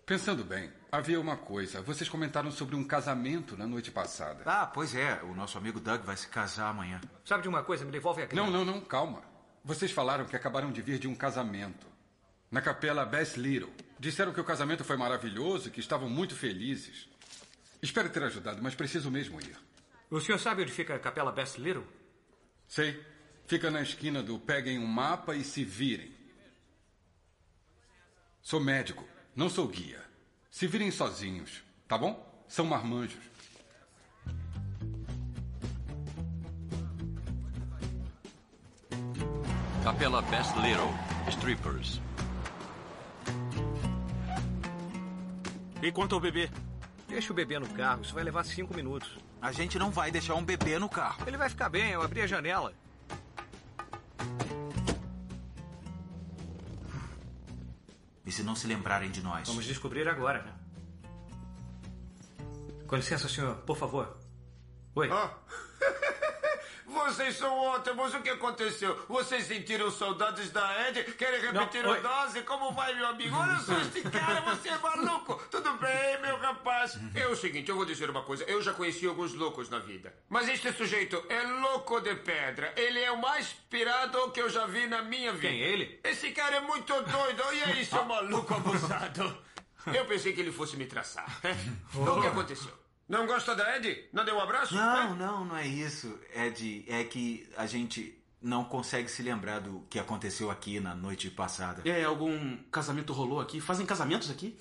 Speaker 22: Pensando bem, havia uma coisa. Vocês comentaram sobre um casamento na noite passada.
Speaker 13: Ah, pois é. O nosso amigo Doug vai se casar amanhã.
Speaker 6: Sabe de uma coisa? Me devolve a grana.
Speaker 22: Não, não, não, calma. Vocês falaram que acabaram de vir de um casamento. Na capela Bess Little. Disseram que o casamento foi maravilhoso e que estavam muito felizes. Espero ter ajudado, mas preciso mesmo ir.
Speaker 6: O senhor sabe onde fica a capela Best Little?
Speaker 22: Sei. Fica na esquina do peguem um mapa e se virem. Sou médico, não sou guia. Se virem sozinhos, tá bom? São marmanjos.
Speaker 1: Capela Best Little, Strippers.
Speaker 10: E quanto ao bebê?
Speaker 6: Deixa o bebê no carro, isso vai levar cinco minutos.
Speaker 13: A gente não vai deixar um bebê no carro.
Speaker 6: Ele vai ficar bem, eu abri a janela.
Speaker 13: E se não se lembrarem de nós?
Speaker 6: Vamos descobrir agora, né? Com licença, senhor, por favor. Oi.
Speaker 17: Ah. [LAUGHS] Vocês são ótimos. O que aconteceu? Vocês sentiram saudades da Ed? Querem repetir
Speaker 6: Não,
Speaker 17: o
Speaker 6: oi.
Speaker 17: dose? Como vai, meu amigo? Olha só este cara, você é maluco. Tudo bem, meu rapaz? É o seguinte, eu vou dizer uma coisa. Eu já conheci alguns loucos na vida. Mas este sujeito é louco de pedra. Ele é o mais pirado que eu já vi na minha vida.
Speaker 6: Quem, ele?
Speaker 17: Esse cara é muito doido. E aí, seu maluco abusado? Eu pensei que ele fosse me traçar. O que aconteceu? Não gosta da Ed? Não deu um abraço?
Speaker 13: Não, não, não é isso, Ed. É que a gente não consegue se lembrar do que aconteceu aqui na noite passada.
Speaker 10: É, algum casamento rolou aqui? Fazem casamentos aqui?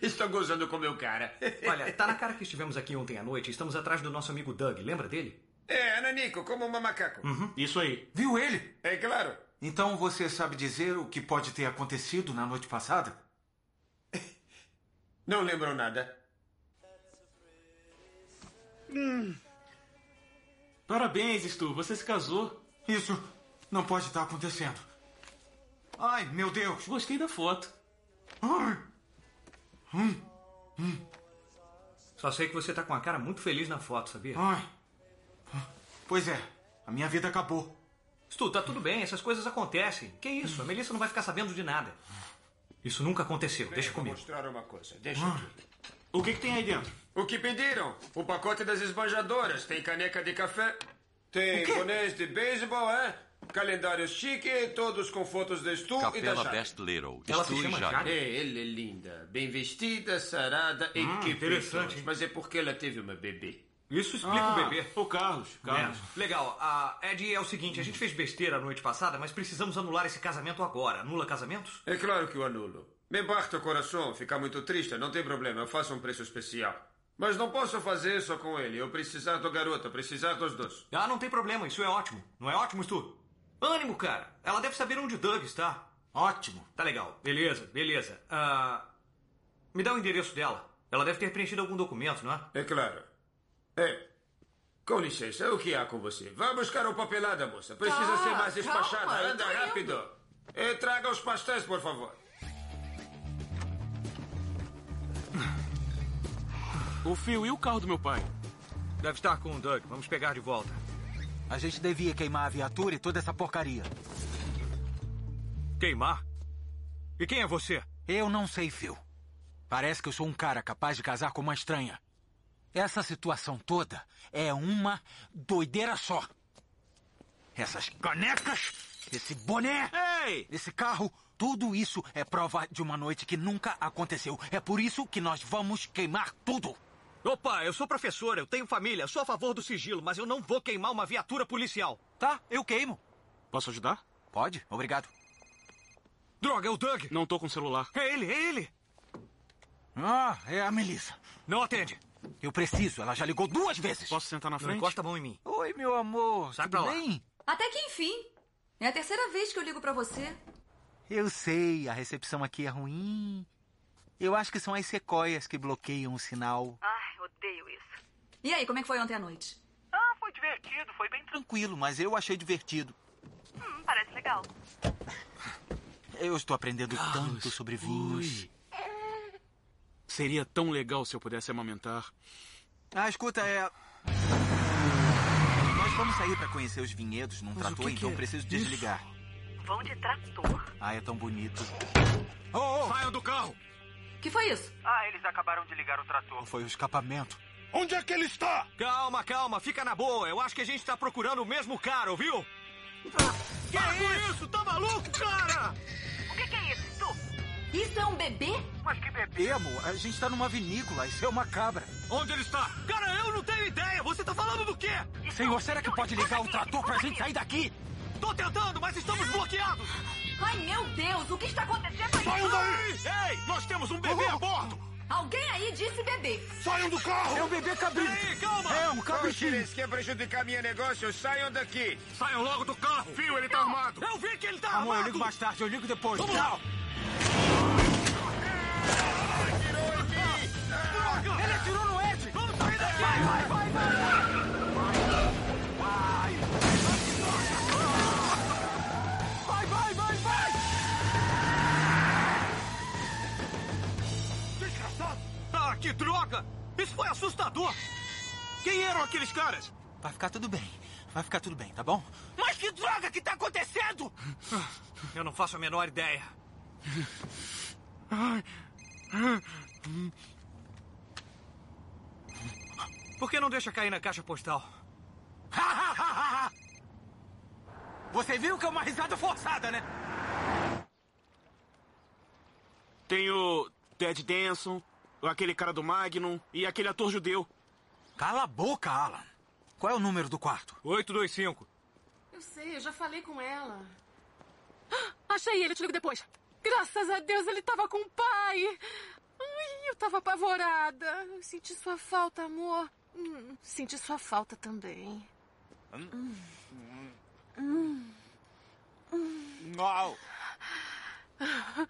Speaker 17: Estou gozando com meu cara.
Speaker 6: [LAUGHS] Olha, tá na cara que estivemos aqui ontem à noite. Estamos atrás do nosso amigo Doug, lembra dele?
Speaker 17: É, Ananico, como uma macaco.
Speaker 13: Uhum.
Speaker 10: Isso aí.
Speaker 13: Viu ele?
Speaker 17: É claro.
Speaker 13: Então você sabe dizer o que pode ter acontecido na noite passada?
Speaker 17: Não lembram nada.
Speaker 10: Parabéns, Stu, você se casou.
Speaker 13: Isso não pode estar acontecendo. Ai, meu Deus!
Speaker 10: Gostei da foto.
Speaker 6: Só sei que você tá com a cara muito feliz na foto, sabia?
Speaker 13: Ai. Pois é, a minha vida acabou.
Speaker 6: Stu, tá tudo bem, essas coisas acontecem. Que isso? A Melissa não vai ficar sabendo de nada. Isso nunca aconteceu, deixa
Speaker 17: Vou
Speaker 6: comigo.
Speaker 17: mostrar uma coisa. Deixa
Speaker 6: Ah.
Speaker 17: aqui.
Speaker 10: O que, tem aí dentro?
Speaker 17: O que pediram? O pacote das esbanjadoras. Tem caneca de café. Tem bonés de beisebol, é? Calendário chique, todos com fotos de Stu e da
Speaker 1: Capela
Speaker 17: Jade.
Speaker 1: Best Little,
Speaker 17: Ela
Speaker 1: Stu
Speaker 17: se
Speaker 1: e
Speaker 17: chama
Speaker 1: Jade.
Speaker 17: Jade? É, ela é linda. Bem vestida, sarada e
Speaker 1: Hum,
Speaker 17: que
Speaker 1: interessante,
Speaker 17: Mas é porque ela teve uma bebê. Né?
Speaker 6: Isso explica o
Speaker 17: Ah,
Speaker 6: bebê.
Speaker 10: O Carlos,
Speaker 17: Carlos.
Speaker 6: É. Legal, a Ed, é o seguinte, a gente fez besteira a noite passada, mas precisamos anular esse casamento agora. Anula casamentos?
Speaker 17: É claro que o anulo. Me parte o coração, fica muito triste, não tem problema, eu faço um preço especial. Mas não posso fazer isso com ele, eu precisar do garoto, precisar dos dois.
Speaker 6: Ah, não tem problema, isso é ótimo. Não é ótimo, Stu? Ânimo, cara. Ela deve saber onde o Doug está.
Speaker 13: Ótimo.
Speaker 6: Tá legal. Beleza, beleza. Ah, me dá o endereço dela. Ela deve ter preenchido algum documento, não é?
Speaker 17: É claro. É. Com licença, o que há com você? Vá buscar o papelada, moça. Precisa
Speaker 16: Tá,
Speaker 17: ser mais
Speaker 16: calma,
Speaker 17: despachada.
Speaker 16: eu
Speaker 17: Anda
Speaker 16: tô indo.
Speaker 17: rápido. E traga os pastéis, por favor.
Speaker 10: O fio e o carro do meu pai?
Speaker 6: Deve estar com o Doug. Vamos pegar de volta.
Speaker 25: A gente devia queimar a viatura e toda essa porcaria.
Speaker 6: Queimar? E quem é você?
Speaker 25: Eu não sei, Phil. Parece que eu sou um cara capaz de casar com uma estranha. Essa situação toda é uma doideira só. Essas canecas, esse boné,
Speaker 10: Ei!
Speaker 25: esse carro,
Speaker 13: Tudo isso é prova de uma noite que nunca aconteceu. É por isso que nós vamos queimar tudo.
Speaker 6: Opa, eu sou professor, eu tenho família, sou a favor do sigilo, mas eu não vou queimar uma viatura policial. Tá, eu queimo.
Speaker 10: Posso ajudar?
Speaker 13: Pode, obrigado.
Speaker 6: Droga, é o Doug.
Speaker 10: Não tô com celular.
Speaker 6: É ele, é ele.
Speaker 13: Ah, é a Melissa.
Speaker 6: Não atende.
Speaker 13: Eu preciso, ela já ligou duas vezes.
Speaker 10: Posso sentar na frente?
Speaker 6: Não encosta a mão em mim.
Speaker 13: Oi, meu amor.
Speaker 6: Sai
Speaker 13: tudo
Speaker 6: pra lá.
Speaker 13: bem?
Speaker 12: Até que enfim. É a terceira vez que eu ligo pra você.
Speaker 13: Eu sei, a recepção aqui é ruim. Eu acho que são as sequoias que bloqueiam o sinal.
Speaker 12: Ai, odeio isso. E aí, como é que foi ontem à noite?
Speaker 19: Ah, foi divertido, foi bem
Speaker 13: Tranquilo, mas eu achei divertido.
Speaker 19: tranquilo. Hum, parece legal.
Speaker 13: Eu estou aprendendo tanto sobre vinhos.
Speaker 10: Seria tão legal se eu pudesse amamentar.
Speaker 13: Ah, escuta, é. Nós vamos sair para conhecer os vinhedos num
Speaker 10: Mas o
Speaker 13: trator,
Speaker 10: que que
Speaker 13: então
Speaker 10: é
Speaker 13: preciso
Speaker 10: isso?
Speaker 13: desligar.
Speaker 19: Vão de trator.
Speaker 13: Ah, é tão bonito.
Speaker 10: Saiam do carro!
Speaker 12: Que foi isso?
Speaker 19: Ah, eles acabaram de ligar o trator.
Speaker 13: Foi o escapamento.
Speaker 6: Onde é que ele está? Calma, calma, fica na boa. Eu acho que a gente tá procurando o mesmo cara, ouviu? Que é isso? Tá maluco, cara?
Speaker 19: O que, que é isso? Tu?
Speaker 12: Isso é um bebê?
Speaker 19: Mas que bebê?
Speaker 13: Temo, a gente tá numa vinícola, isso é uma cabra.
Speaker 6: Onde ele está? Cara, eu não tenho ideia. Você tá falando do quê? tá
Speaker 13: Senhor, será que pode ligar o trator pra gente sair daqui?
Speaker 6: Tô tentando, mas estamos bloqueados.
Speaker 12: Ai, meu Deus, o que está acontecendo aí?
Speaker 6: Ei, nós temos um bebê a bordo.
Speaker 12: Alguém aí disse bebê.
Speaker 6: Saiam do carro!
Speaker 13: É um bebê cabrito!
Speaker 6: Ei, calma!
Speaker 13: É um cabritinho!
Speaker 17: Eles querem prejudicar minha negócio, saiam daqui.
Speaker 6: Saiam logo do carro.
Speaker 17: Fio, ele tá armado.
Speaker 6: Eu vi que ele tá
Speaker 13: Amor, eu
Speaker 6: armado.
Speaker 13: ligo mais tarde, eu ligo depois.
Speaker 6: Vamos
Speaker 13: Tchau!
Speaker 6: Droga!
Speaker 13: Ele atirou no Ed!
Speaker 6: Vamos sair daqui! Vai, vai, vai,
Speaker 13: Vai, vai, vai, vai!
Speaker 6: Desgraçado! Ah, que droga! Isso foi assustador! Quem eram aqueles caras?
Speaker 13: Vai ficar tudo bem, vai ficar tudo bem, tá bom?
Speaker 6: Mas que droga que tá acontecendo? Eu não faço a menor ideia. Por que não deixa cair na caixa postal?
Speaker 13: Você viu que é uma risada forçada, né?
Speaker 10: Tem o Ted Danson, aquele cara do Magnum e aquele ator judeu.
Speaker 13: Cala a boca, Alan. Qual é o número do quarto?
Speaker 6: 825.
Speaker 26: Eu sei, eu já falei com ela.
Speaker 7: [GASPS] Achei ele, te ligo depois. Graças a Deus, ele tava com o pai. Ai, eu tava apavorada. Eu senti sua falta, amor. Hum, senti sua falta também. Hum.
Speaker 27: Não.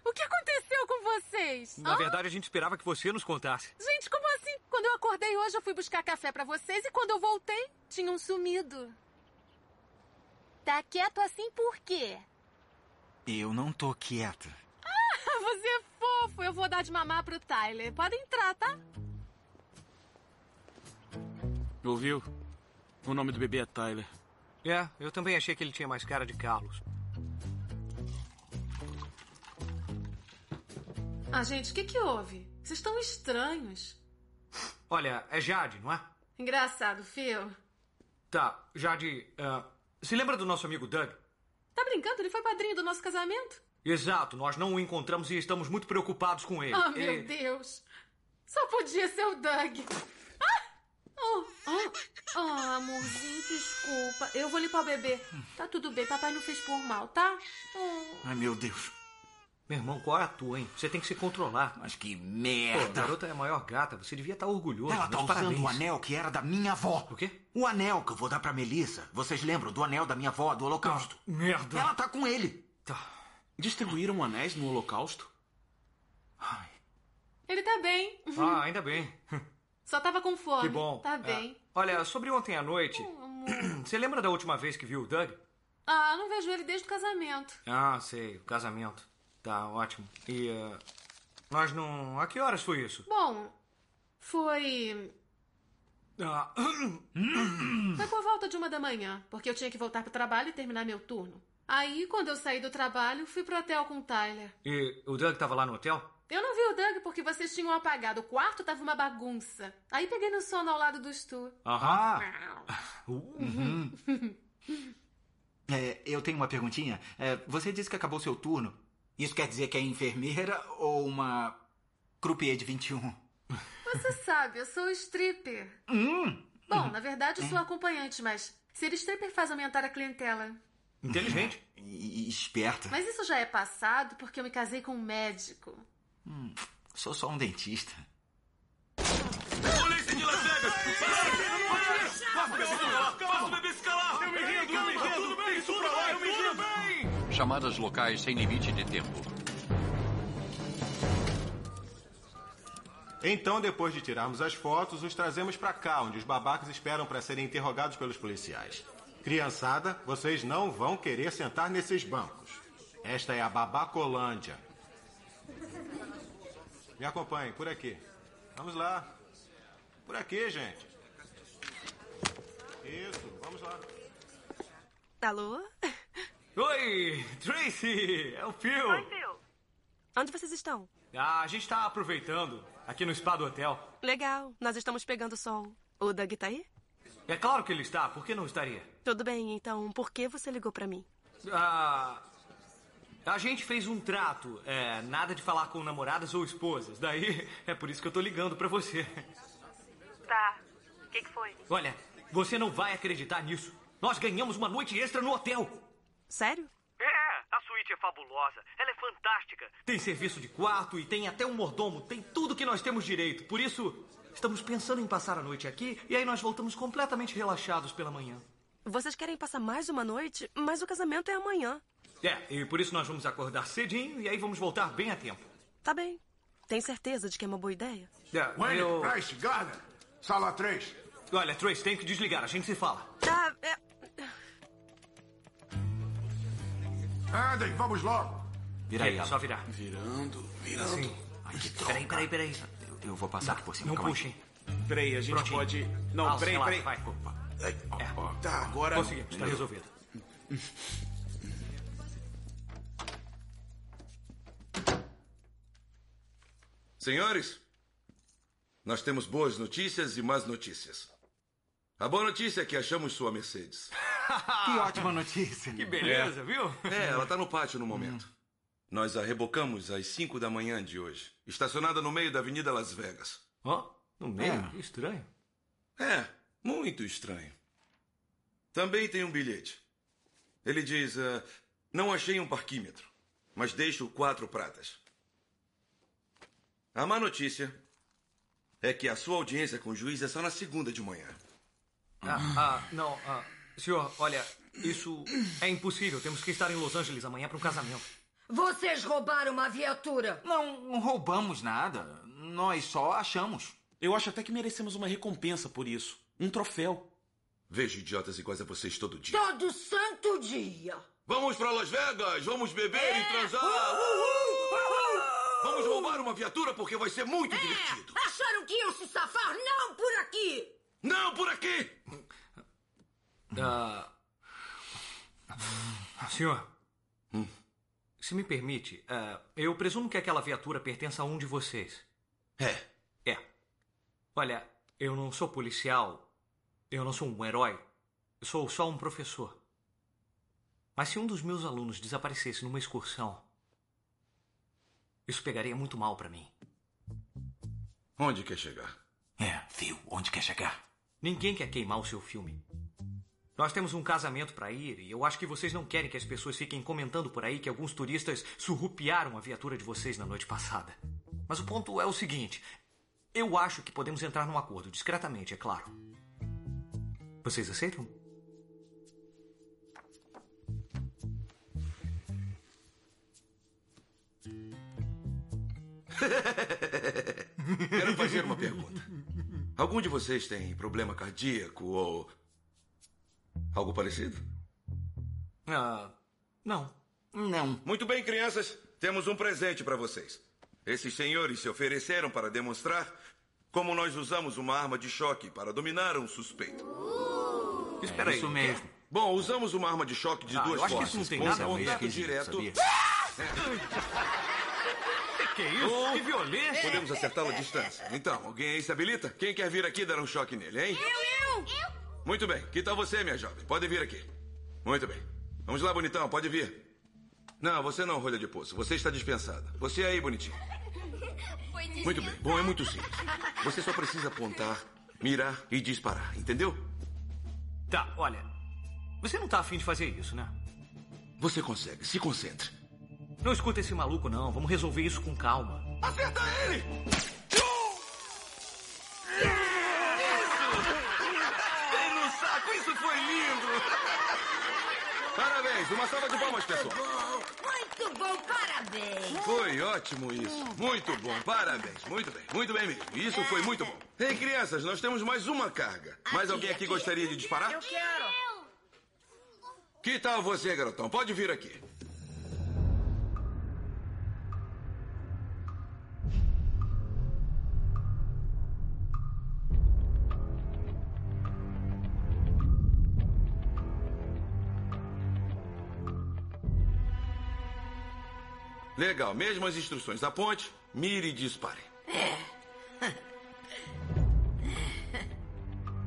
Speaker 7: O que aconteceu com vocês?
Speaker 6: Na
Speaker 7: Hã?
Speaker 6: verdade, a gente esperava que você nos contasse.
Speaker 7: Gente, como assim? Quando eu acordei hoje, eu fui buscar café pra vocês e quando eu voltei, tinham sumido. Tá quieto assim por quê?
Speaker 13: Eu não tô quieto.
Speaker 7: Ah, você é fofo. Eu vou dar de mamar pro Tyler. Pode entrar, tá?
Speaker 10: Ouviu? O nome do bebê é Tyler.
Speaker 6: É, eu também achei que ele tinha mais cara de Carlos.
Speaker 7: Ah, gente, o que que houve? Vocês estão estranhos.
Speaker 6: Olha, é Jade, não é?
Speaker 7: Engraçado, Phil.
Speaker 6: Tá, Jade. ah, se lembra do nosso amigo Doug?
Speaker 7: Tá brincando? Ele foi padrinho do nosso casamento?
Speaker 6: Exato, nós não o encontramos e estamos muito preocupados com ele.
Speaker 7: Ah, meu
Speaker 6: Ele-
Speaker 7: Deus. Só podia ser o Doug. Ah! Oh, oh, oh, amorzinho, desculpa. Eu vou limpar o bebê. Tá tudo bem, papai não fez por mal, tá? Oh.
Speaker 6: Ai, meu Deus. Meu irmão, qual é a tua, hein? Você tem que se
Speaker 28: Ah,
Speaker 6: controlar. Mas que merda! a garota é a maior gata, você devia estar orgulhoso.
Speaker 28: Ela tá
Speaker 6: Meus
Speaker 28: usando
Speaker 6: parabéns.
Speaker 28: o anel que era da minha avó.
Speaker 6: O quê?
Speaker 28: O anel que eu vou dar pra Melissa. Vocês lembram do anel da minha avó do Holocausto?
Speaker 6: merda!
Speaker 28: Ela tá com ele.
Speaker 10: Distribuíram anéis no Holocausto?
Speaker 7: Ele tá bem.
Speaker 6: Ah, ainda bem.
Speaker 7: Só tava com fome.
Speaker 6: Que bom.
Speaker 7: Tá
Speaker 6: Ah,
Speaker 7: bem.
Speaker 6: olha, sobre ontem à noite. [CLEARS THROAT] Você lembra da última vez que viu o Doug?
Speaker 7: Ah, não vejo ele desde o casamento.
Speaker 6: Ah, sei, o casamento. Tá, ótimo. E. ah, nós não. A que horas foi isso?
Speaker 7: Bom, foi.
Speaker 6: Ah, [CLEARS THROAT]
Speaker 7: Foi por volta de uma da manhã, porque eu tinha que voltar pro trabalho e terminar meu turno. Aí, quando eu saí do trabalho, fui pro hotel com o Tyler.
Speaker 6: e o Doug tava lá no hotel?
Speaker 7: Eu não vi o Doug porque vocês tinham apagado. O quarto tava uma bagunça. Aí peguei no sono ao lado do Stu.
Speaker 6: Aham.
Speaker 28: Ah. Uhum. [LAUGHS] É, eu tenho uma perguntinha. É, você disse que acabou seu turno.
Speaker 13: Isso quer dizer que é enfermeira ou uma croupier de 21?
Speaker 7: Você sabe, eu sou stripper.
Speaker 13: Hum,
Speaker 7: Bom, na verdade, eu sou acompanhante, mas ser stripper faz aumentar a clientela.
Speaker 13: Inteligente. E, e esperta.
Speaker 7: Mas isso já é passado porque eu me casei com um médico.
Speaker 13: Hum, sou só um dentista.
Speaker 8: Polícia de Las Vegas! Faça o bebê se calar! Faça o bebê se calar! Eu me rendo, eu me rendo! Isso pra lá, eu me rendo!
Speaker 1: Chamadas locais sem limite de tempo.
Speaker 29: Então, depois de tirarmos as fotos, os trazemos pra cá, onde os babacas esperam para serem interrogados pelos policiais. Criançada, vocês não vão querer sentar nesses bancos. Esta é a Babacolândia. Me acompanhem, por aqui. Vamos lá. Por aqui, gente. Isso, vamos lá.
Speaker 3: Alô?
Speaker 6: Oi, Tracy! É o Phil!
Speaker 3: Phil. Onde vocês estão?
Speaker 6: Ah, a gente tá aproveitando aqui no spa do hotel.
Speaker 3: Legal, nós estamos pegando sol. O Doug tá aí?
Speaker 6: É claro que ele está, por que não estaria?
Speaker 3: Tudo bem, então por que você ligou pra mim?
Speaker 6: Ah, a gente fez um trato, é, nada de falar com namoradas ou esposas. Daí [LAUGHS] é por isso que eu tô ligando pra você.
Speaker 3: Tá. O que, que foi?
Speaker 6: Olha, você não vai acreditar nisso. Nós ganhamos uma noite extra no hotel.
Speaker 3: Sério?
Speaker 6: É, a suíte é fabulosa. Ela é fantástica. Tem serviço de quarto e tem até um mordomo. Tem tudo que nós temos direito. Por isso, estamos pensando em passar a noite aqui e aí nós voltamos completamente relaxados pela manhã.
Speaker 3: Vocês querem passar mais uma noite, mas o casamento é amanhã.
Speaker 6: É, e por isso nós vamos acordar cedinho e aí vamos voltar bem a tempo.
Speaker 3: Tá bem. Tem certeza de que é uma boa ideia?
Speaker 6: É,
Speaker 29: Wendy,
Speaker 6: eu...
Speaker 29: Price,
Speaker 6: Garner, sala 3. Olha, Trace, tem que desligar, a gente se fala.
Speaker 3: Tá, é...
Speaker 29: Andem, vamos logo.
Speaker 13: Vira aí,
Speaker 6: É,
Speaker 13: Alan.
Speaker 6: só virar.
Speaker 13: Virando,
Speaker 6: virando. Assim.
Speaker 13: Ai, que droga.
Speaker 6: Peraí, peraí, peraí.
Speaker 13: Eu, eu vou passar aqui por cima.
Speaker 6: Não
Speaker 13: calma aí.
Speaker 6: puxem.
Speaker 10: Peraí, a gente
Speaker 6: Prontinho.
Speaker 10: pode. Não,
Speaker 6: Alça,
Speaker 10: peraí,
Speaker 6: relaxa,
Speaker 10: peraí.
Speaker 6: vai.
Speaker 10: É, tá, agora.
Speaker 6: Conseguimos, tá
Speaker 10: [LAUGHS]
Speaker 6: resolvido.
Speaker 16: Senhores, nós temos boas notícias e más notícias. A boa notícia é que achamos sua Mercedes.
Speaker 13: Que ótima notícia.
Speaker 6: Que beleza, viu?
Speaker 16: É, ela está no pátio no momento. Nós a rebocamos às 5 da manhã de hoje, estacionada no meio da Avenida Las Vegas.
Speaker 6: Ó, no meio?
Speaker 16: É.
Speaker 6: Que Estranho.
Speaker 16: É, muito estranho. Também tem um bilhete. Ele diz: ah, Não achei um parquímetro, mas deixo quatro pratas. A má notícia é que a sua audiência com o juiz é só na segunda de manhã.
Speaker 6: Ah, ah, não, ah, senhor, olha, isso é impossível. Temos que estar em Los Angeles amanhã para um casamento.
Speaker 16: Vocês roubaram uma viatura.
Speaker 13: Não roubamos nada. Nós só achamos.
Speaker 10: Eu acho até que merecemos uma recompensa por isso. Um troféu.
Speaker 16: Vejo idiotas iguais a vocês todo dia. Todo santo dia! Vamos pra Las Vegas! Vamos beber e transar! Vamos roubar uma viatura porque vai ser muito divertido! É, Acharam que iam se safar? Não por aqui! Não por aqui!
Speaker 6: Ah, senhor,
Speaker 13: Hum.
Speaker 6: se me permite, ah, eu presumo que aquela viatura pertença a um de vocês. É. É. Olha, eu não sou policial, eu não sou um herói, eu sou só um professor. Mas se um dos meus alunos desaparecesse numa excursão, isso pegaria muito mal pra mim.
Speaker 16: Onde quer chegar?
Speaker 6: É, viu? Onde quer chegar? Ninguém quer queimar o seu filme. Nós temos um casamento pra ir e eu acho que vocês não querem que as pessoas fiquem comentando por aí que alguns turistas surrupiaram a viatura de vocês na noite passada. Mas o ponto é o seguinte: eu acho que podemos entrar num acordo, discretamente, é claro. Vocês aceitam?
Speaker 16: Quero fazer uma pergunta. Algum de vocês tem problema cardíaco ou. algo parecido?
Speaker 6: Ah, não.
Speaker 16: Não. Muito bem, crianças. Temos um presente para vocês. Esses senhores se ofereceram para demonstrar como nós usamos uma arma de choque para dominar um suspeito.
Speaker 6: Espera aí. É isso mesmo.
Speaker 16: Bom, usamos uma arma de choque de
Speaker 6: Ah,
Speaker 16: duas
Speaker 6: eu acho que
Speaker 16: formas.
Speaker 6: isso não tem
Speaker 16: com
Speaker 6: nada a ver
Speaker 16: contato
Speaker 6: com isso,
Speaker 16: direto.
Speaker 6: sabia? Que isso?
Speaker 16: Ou
Speaker 6: Que violência!
Speaker 16: Podemos acertá-lo à distância. Então, alguém aí se habilita? Quem quer vir aqui dar um choque nele, hein?
Speaker 30: Eu!
Speaker 16: Muito bem. Que tal você, minha jovem? Pode vir aqui. Muito bem. Vamos lá, bonitão. Pode vir. Não, você não, é rolha de poço. Você está dispensada. Você é aí, bonitinho.
Speaker 31: Foi
Speaker 16: Muito bem. Bom, é muito simples. Você só precisa apontar, mirar e disparar, entendeu?
Speaker 6: Tá, olha. Você não tá afim de fazer isso, né?
Speaker 16: Você consegue. Se concentre.
Speaker 6: Não escuta esse maluco, não. Vamos resolver isso com calma.
Speaker 8: Acerta ele!
Speaker 16: Bem no saco, isso foi lindo! Parabéns, uma salva de palmas, pessoal.
Speaker 31: Muito bom, parabéns.
Speaker 16: Foi ótimo isso. Muito bom, parabéns. Muito bem, muito bem mesmo. Isso foi muito bom. Ei, crianças, nós temos mais uma carga. Mais alguém aqui gostaria de disparar?
Speaker 31: quero.
Speaker 16: Que tal você, garotão? Pode vir aqui. Legal, mesmas instruções. Aponte, mire e dispare.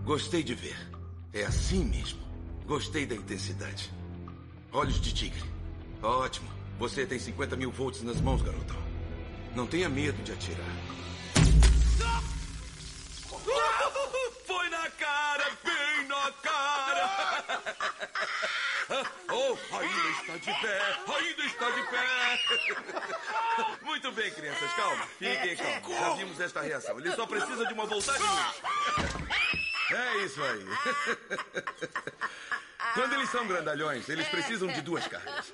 Speaker 16: Gostei de ver. É assim mesmo. Gostei da intensidade. Olhos de tigre. Ótimo. Você tem 50 mil volts nas mãos, garotão. Não tenha medo de atirar. [LAUGHS]
Speaker 8: Foi na cara, bem na cara!
Speaker 16: [LAUGHS] Oh, ainda está de pé! Ainda está É, de pé! [LAUGHS] É, Muito bem, crianças, calma. Fiquem calmos. Já vimos esta reação. Ele só precisa de uma voltagem. É isso aí. [LAUGHS] Quando eles são grandalhões, eles precisam de duas cargas.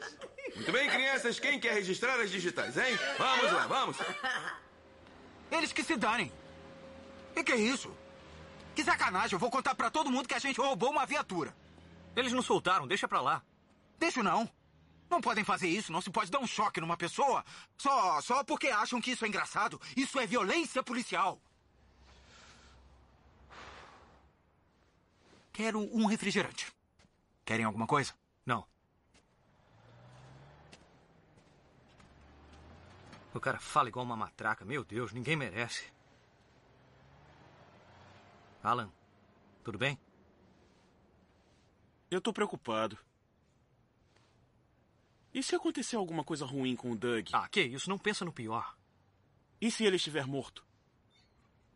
Speaker 16: Muito bem, crianças, quem quer registrar as digitais, hein? Vamos lá, vamos.
Speaker 13: Eles que se danem. E que é isso? Que sacanagem, eu vou contar pra todo mundo que a gente roubou uma viatura.
Speaker 6: Eles não soltaram, deixa pra lá.
Speaker 13: Deixo não. Não podem fazer isso, não se pode dar um choque numa pessoa só, só porque acham que isso é engraçado. Isso é violência policial. Quero um refrigerante. Querem alguma coisa?
Speaker 6: Não. O cara fala igual uma matraca. Meu Deus, ninguém merece. Alan, tudo bem?
Speaker 10: Eu tô preocupado. E se acontecer alguma coisa ruim com o Doug?
Speaker 6: Ah, que isso? Não pensa no pior.
Speaker 10: E se ele estiver morto?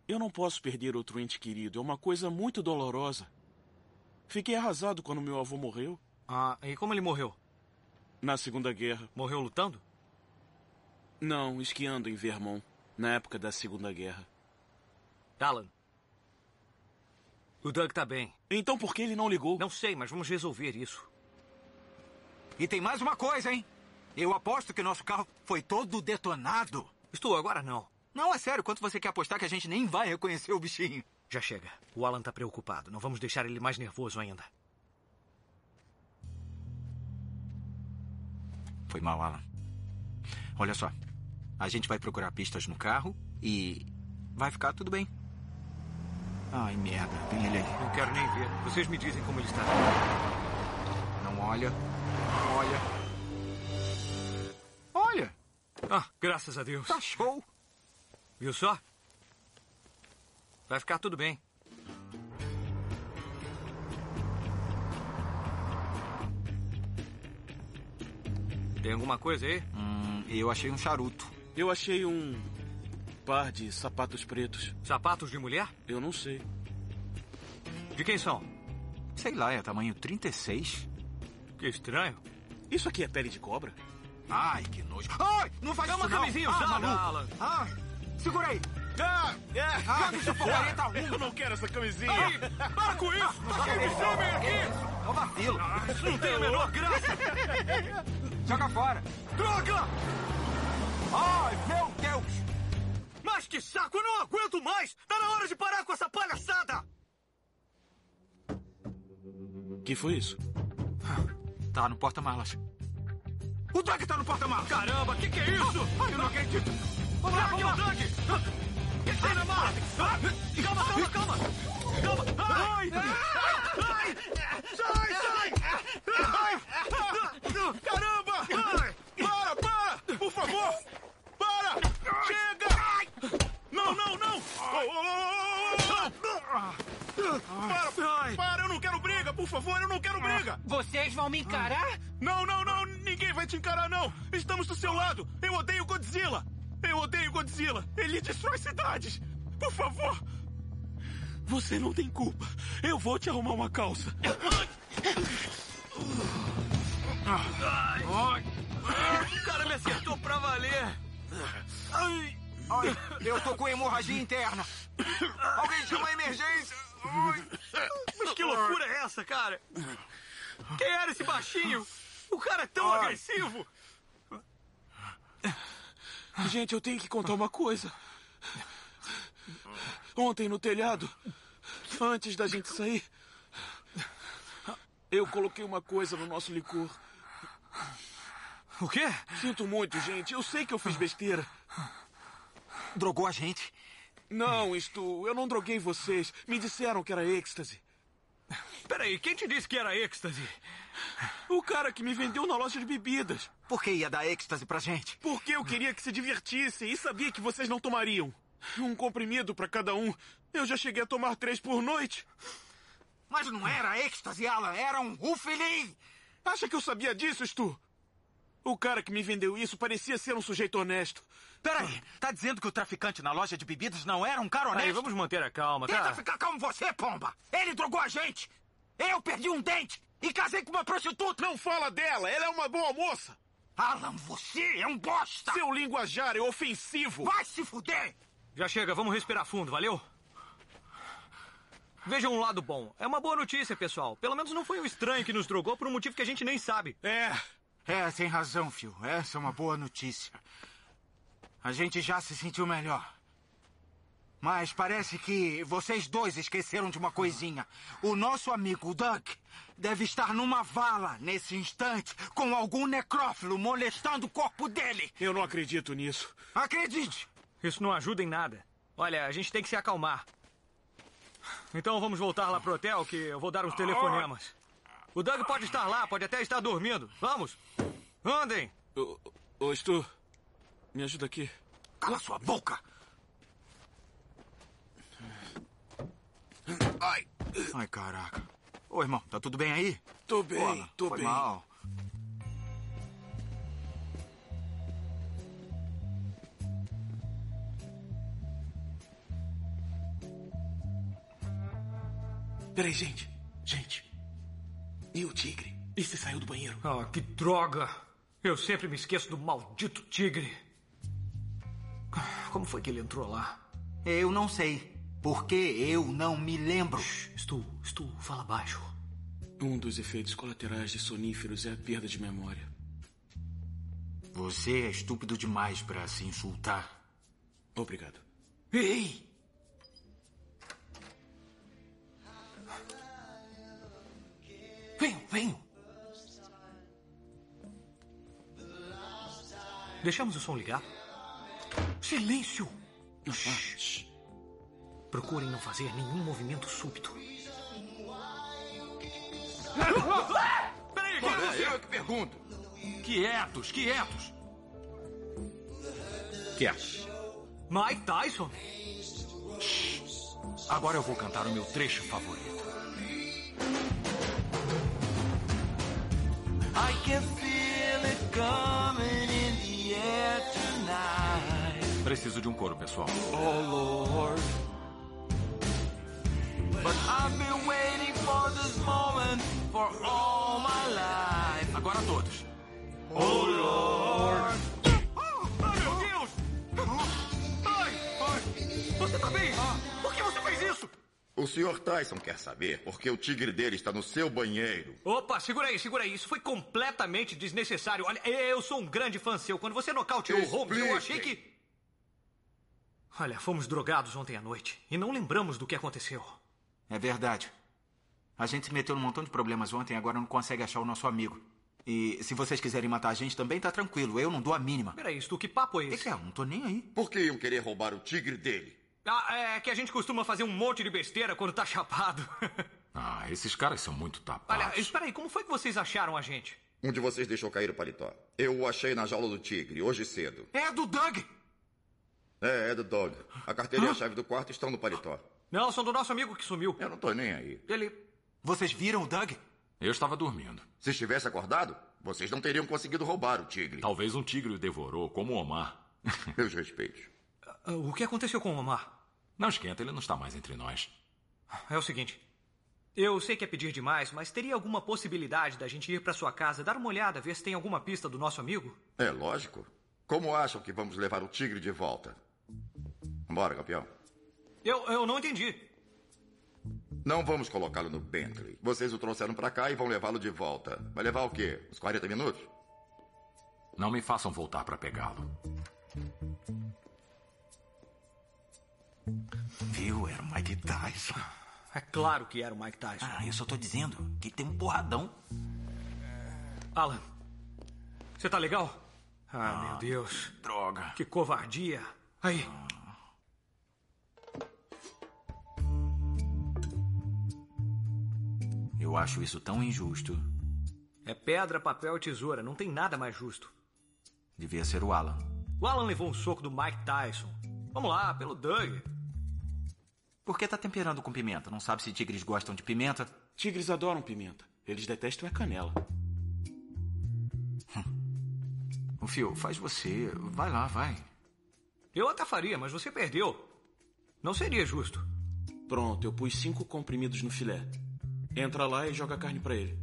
Speaker 10: Eu não posso perder outro ente querido. É uma coisa muito dolorosa. Fiquei arrasado quando meu avô morreu.
Speaker 6: Ah, e como ele morreu?
Speaker 10: Na Segunda Guerra.
Speaker 6: Morreu lutando?
Speaker 10: Não, esquiando em Vermont, na época da Segunda Guerra.
Speaker 6: Alan. O Doug tá bem.
Speaker 10: Então por que ele não ligou?
Speaker 6: Não sei, mas vamos resolver isso.
Speaker 13: E tem mais uma coisa, hein? Eu aposto que nosso carro foi todo detonado.
Speaker 6: Estou, agora não.
Speaker 13: Não, é sério, quanto você quer apostar que a gente nem vai reconhecer o bichinho?
Speaker 6: Já chega. O Alan tá preocupado. Não vamos deixar ele mais nervoso ainda.
Speaker 13: Foi mal, Alan. Olha só, a gente vai procurar pistas no carro e vai ficar tudo bem. Ai, merda, tem ele aí.
Speaker 6: Não quero nem ver. Vocês me dizem como ele está.
Speaker 13: Não olha, não olha. Olha,
Speaker 6: Ah, graças a Deus.
Speaker 13: tá show.
Speaker 6: Viu só? Vai ficar tudo bem. Tem alguma coisa aí?
Speaker 13: Hum, eu achei um charuto.
Speaker 10: Eu achei um par de sapatos pretos.
Speaker 6: Sapatos de mulher?
Speaker 10: Eu não sei.
Speaker 6: De quem são?
Speaker 13: Sei lá, é tamanho 36.
Speaker 6: Que estranho.
Speaker 10: Isso aqui é pele de cobra?
Speaker 13: Ai, que nojo. Ai, não faz
Speaker 6: É
Speaker 13: isso
Speaker 6: uma
Speaker 13: não.
Speaker 6: camisinha
Speaker 13: ah,
Speaker 6: usada,
Speaker 13: maluco.
Speaker 6: Alan.
Speaker 13: Ah, segura aí.
Speaker 10: Ah, é.
Speaker 13: Ah, isso por 41.
Speaker 10: Eu não quero essa camisinha.
Speaker 8: Ei, para com isso! Tá cheio de sêmen aqui!
Speaker 13: É um vacilo.
Speaker 6: Isso não tem a menor graça.
Speaker 13: Joga fora.
Speaker 8: Droga!
Speaker 13: Ai, meu Deus.
Speaker 6: Mas que saco, eu não aguento mais. Tá na hora de parar com essa palhaçada.
Speaker 10: Que foi isso?
Speaker 13: Tá no porta-malas. O Doug tá no porta-malas.
Speaker 6: Caramba, que que é isso?
Speaker 13: Eu não acredito.
Speaker 6: Vamos lá,
Speaker 19: é
Speaker 6: vamos lá. Que que tem na mala? Ah, Calma, calma, calma. Calma. Ai, ai,
Speaker 8: Sai, sai! Ai, ah, Caramba! Ai, Para, para! Por favor! Para! Chega! Não, não, não! Oh, oh, oh, oh, oh. Para, para! Eu não quero briga, por favor! Eu não quero briga!
Speaker 19: Vocês vão me encarar?
Speaker 8: Não, não, não! Ninguém
Speaker 10: vai te encarar, não! Estamos do seu lado! Eu odeio Godzilla! Eu odeio Godzilla! Ele destrói cidades! Por favor! Você não tem culpa! Eu vou te arrumar uma calça!
Speaker 8: O cara me acertou pra valer.
Speaker 13: Ai, ai, eu tô com hemorragia interna. Alguém chama a emergência. Ai.
Speaker 8: Mas que loucura é essa, cara? Quem era esse baixinho? O cara é tão agressivo.
Speaker 10: Gente, eu tenho que contar uma coisa. Ontem no telhado, antes da gente sair, eu coloquei uma coisa no nosso licor.
Speaker 13: O quê?
Speaker 10: Sinto muito, gente. Eu sei que eu fiz besteira.
Speaker 13: Drogou a gente?
Speaker 10: Não, Stu, eu não droguei vocês. Me disseram que era êxtase.
Speaker 6: Peraí, quem te disse que era êxtase?
Speaker 10: O cara que me vendeu na loja de bebidas.
Speaker 13: Por que ia dar êxtase pra gente?
Speaker 10: Porque eu queria que se divertissem e sabia que vocês não tomariam. Um comprimido pra cada um. Eu já cheguei a tomar três por noite.
Speaker 13: Mas não era êxtase, Alan. Era um rufilim.
Speaker 10: Acha que eu sabia disso, Stu? O cara que me vendeu isso parecia ser um sujeito honesto.
Speaker 13: Peraí, tá dizendo que o traficante na loja de bebidas não era um cara honesto?
Speaker 6: Aí, vamos manter a calma,
Speaker 13: Tenta
Speaker 6: tá?
Speaker 13: ficar calmo você, pomba. Ele drogou a gente. Eu perdi um dente e casei com uma prostituta.
Speaker 10: Não fala dela, ela é uma boa moça.
Speaker 13: Alan, você é um bosta.
Speaker 10: Seu linguajar é ofensivo.
Speaker 13: Vai se fuder.
Speaker 6: Já chega, vamos respirar fundo, valeu? Vejam um lado bom. É uma boa notícia, pessoal. Pelo menos não foi um estranho que nos drogou por um motivo que a gente nem sabe.
Speaker 10: É.
Speaker 13: É, tem razão, Phil. Essa é uma boa notícia. A gente já se sentiu melhor. Mas parece que vocês dois esqueceram de uma coisinha. O nosso amigo Duck deve estar numa vala nesse instante com algum necrófilo molestando o corpo dele.
Speaker 10: Eu não acredito nisso.
Speaker 13: Acredite!
Speaker 6: Isso não ajuda em nada. Olha, a gente tem que se acalmar. Então vamos voltar lá pro hotel que eu vou dar uns telefonemas. O Doug pode estar lá, pode até estar dormindo. Vamos! Andem!
Speaker 10: Ô, ô, Stu, me ajuda aqui.
Speaker 13: Cala sua boca!
Speaker 10: Ai,
Speaker 13: Ai, caraca. Ô, irmão, tá tudo bem aí?
Speaker 10: tô bem,
Speaker 13: Ô, Alan,
Speaker 10: tô
Speaker 13: foi
Speaker 10: bem.
Speaker 13: mal.
Speaker 10: Peraí, gente. Gente. E o tigre? E se saiu do banheiro?
Speaker 6: Ah, que droga! Eu sempre me esqueço do maldito tigre. Como foi que ele entrou lá?
Speaker 13: Eu não sei. Porque eu não me lembro.
Speaker 6: Stu, Stu, fala baixo.
Speaker 10: Um dos efeitos colaterais de soníferos é a perda de memória.
Speaker 13: Você é estúpido demais pra se insultar.
Speaker 10: Obrigado.
Speaker 13: Ei!
Speaker 6: Venham, venham! Deixamos o som ligado? Silêncio! Shh. Procurem não fazer nenhum movimento súbito.
Speaker 8: Peraí, quem é você? Eu que pergunto.
Speaker 6: Quietos, quietos!
Speaker 13: Que é?
Speaker 6: Mike Tyson?
Speaker 13: Agora eu vou cantar o meu trecho favorito.
Speaker 8: I can feel it coming in the air tonight.
Speaker 16: Preciso de um coro, pessoal.
Speaker 8: Oh Lord. But I've been waiting for this moment for all my life.
Speaker 16: Agora todos.
Speaker 8: Oh Lord. Ai meu Deus! Ai, ai! Você tá bem? Por que você fez isso?
Speaker 32: O Sr. Tyson quer saber por que o tigre dele está no seu banheiro.
Speaker 6: Opa, segura aí, segura aí. Isso foi completamente desnecessário. Olha, eu sou um grande fã seu. Quando você nocauteou o Holmes, eu achei que. Olha, fomos drogados ontem à noite e não lembramos do que aconteceu.
Speaker 13: É verdade. A gente se meteu num montão de problemas ontem, agora não consegue achar o nosso amigo. E se vocês quiserem matar a gente também, tá tranquilo. Eu não dou a mínima.
Speaker 6: Peraí, Stu, que papo é esse?
Speaker 13: É, não tô nem aí.
Speaker 32: Por que iam querer roubar o tigre dele?
Speaker 6: Ah, é que a gente costuma fazer um monte de besteira quando tá chapado. [LAUGHS]
Speaker 16: Ah, esses caras são muito tapados.
Speaker 6: Olha, espera aí, como foi que vocês acharam a gente?
Speaker 32: Um de vocês deixou cair o paletó. Eu o achei na jaula do tigre, hoje cedo.
Speaker 13: É do Doug!
Speaker 32: É, é do dog. A carteira e a chave do quarto estão no paletó.
Speaker 6: Não, são do nosso amigo que sumiu.
Speaker 32: Eu não tô nem aí.
Speaker 6: Ele.
Speaker 13: Vocês viram o Doug?
Speaker 16: Eu estava dormindo.
Speaker 32: Se estivesse acordado, Vocês não teriam conseguido roubar o tigre.
Speaker 33: Talvez um tigre o devorou, como o Omar.
Speaker 32: [LAUGHS] Meus respeitos.
Speaker 6: Ah, O que aconteceu com o Omar?
Speaker 33: Não esquenta, ele não está mais entre nós.
Speaker 6: É o seguinte. Eu sei que é pedir demais, mas teria alguma possibilidade da gente ir pra sua casa, dar uma olhada, ver se tem alguma pista do nosso amigo?
Speaker 32: É lógico. Como acham que vamos levar o tigre de volta? Bora, campeão.
Speaker 6: Eu, eu não entendi.
Speaker 32: Não vamos colocá-lo no Bentley. Vocês o trouxeram pra cá e vão levá-lo de volta. Vai levar o quê? Uns 40 minutos?
Speaker 33: Não me façam voltar para pegá-lo.
Speaker 13: Viu? Era o Mike Tyson.
Speaker 6: É claro que era o Mike Tyson.
Speaker 13: Ah, eu só tô dizendo que tem um porradão.
Speaker 6: Alan, você tá legal? Ah, meu Deus. Droga. Que covardia. Aí.
Speaker 13: Eu acho isso tão injusto.
Speaker 6: É pedra, papel e tesoura. Não tem nada mais justo.
Speaker 13: Devia ser o Alan.
Speaker 6: O Alan levou um soco do Mike Tyson. Vamos lá, pelo Doug.
Speaker 13: Por que tá temperando com pimenta? Não sabe se tigres gostam de pimenta?
Speaker 10: Tigres adoram pimenta. Eles detestam é canela.
Speaker 13: O Fio, faz você. Vai lá, vai.
Speaker 6: Eu até faria, mas você perdeu. Não seria justo.
Speaker 10: Pronto, eu pus cinco comprimidos no filé. Entra lá e joga a carne pra ele.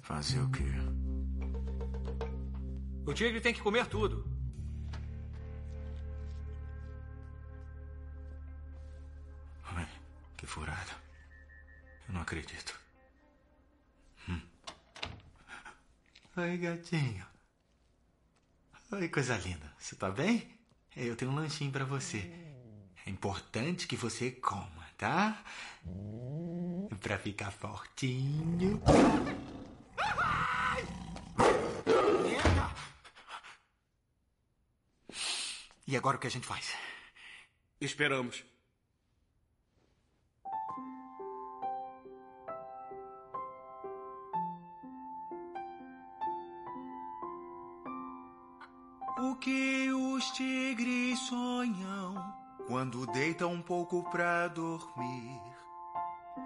Speaker 13: Fazer o quê?
Speaker 6: O tigre tem que comer tudo.
Speaker 13: Que furada. Eu não acredito. Oi, gatinho. Oi, coisa linda. Você tá bem? Eu tenho um lanchinho pra você. É importante que você coma, tá? Pra ficar fortinho. E agora o que a gente faz?
Speaker 10: Esperamos.
Speaker 8: O que os tigres sonham quando deitam um pouco pra dormir?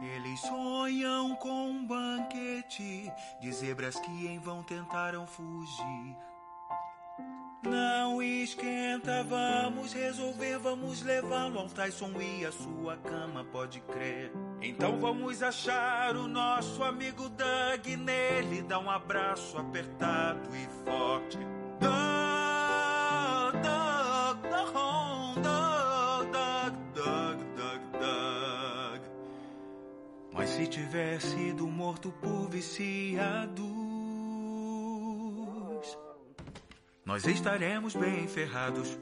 Speaker 8: Eles sonham com um banquete de zebras que em vão tentaram fugir. Não esquenta, Tá, vamos resolver, vamos levá-lo ao Tyson e à sua cama, pode crer. Então vamos achar o nosso amigo Doug nele, dá um abraço apertado e forte. Doug, Doug, Doug, Doug, Doug, Doug, Doug, Doug. Mas se tiver sido morto por viciados, nós estaremos bem ferrados.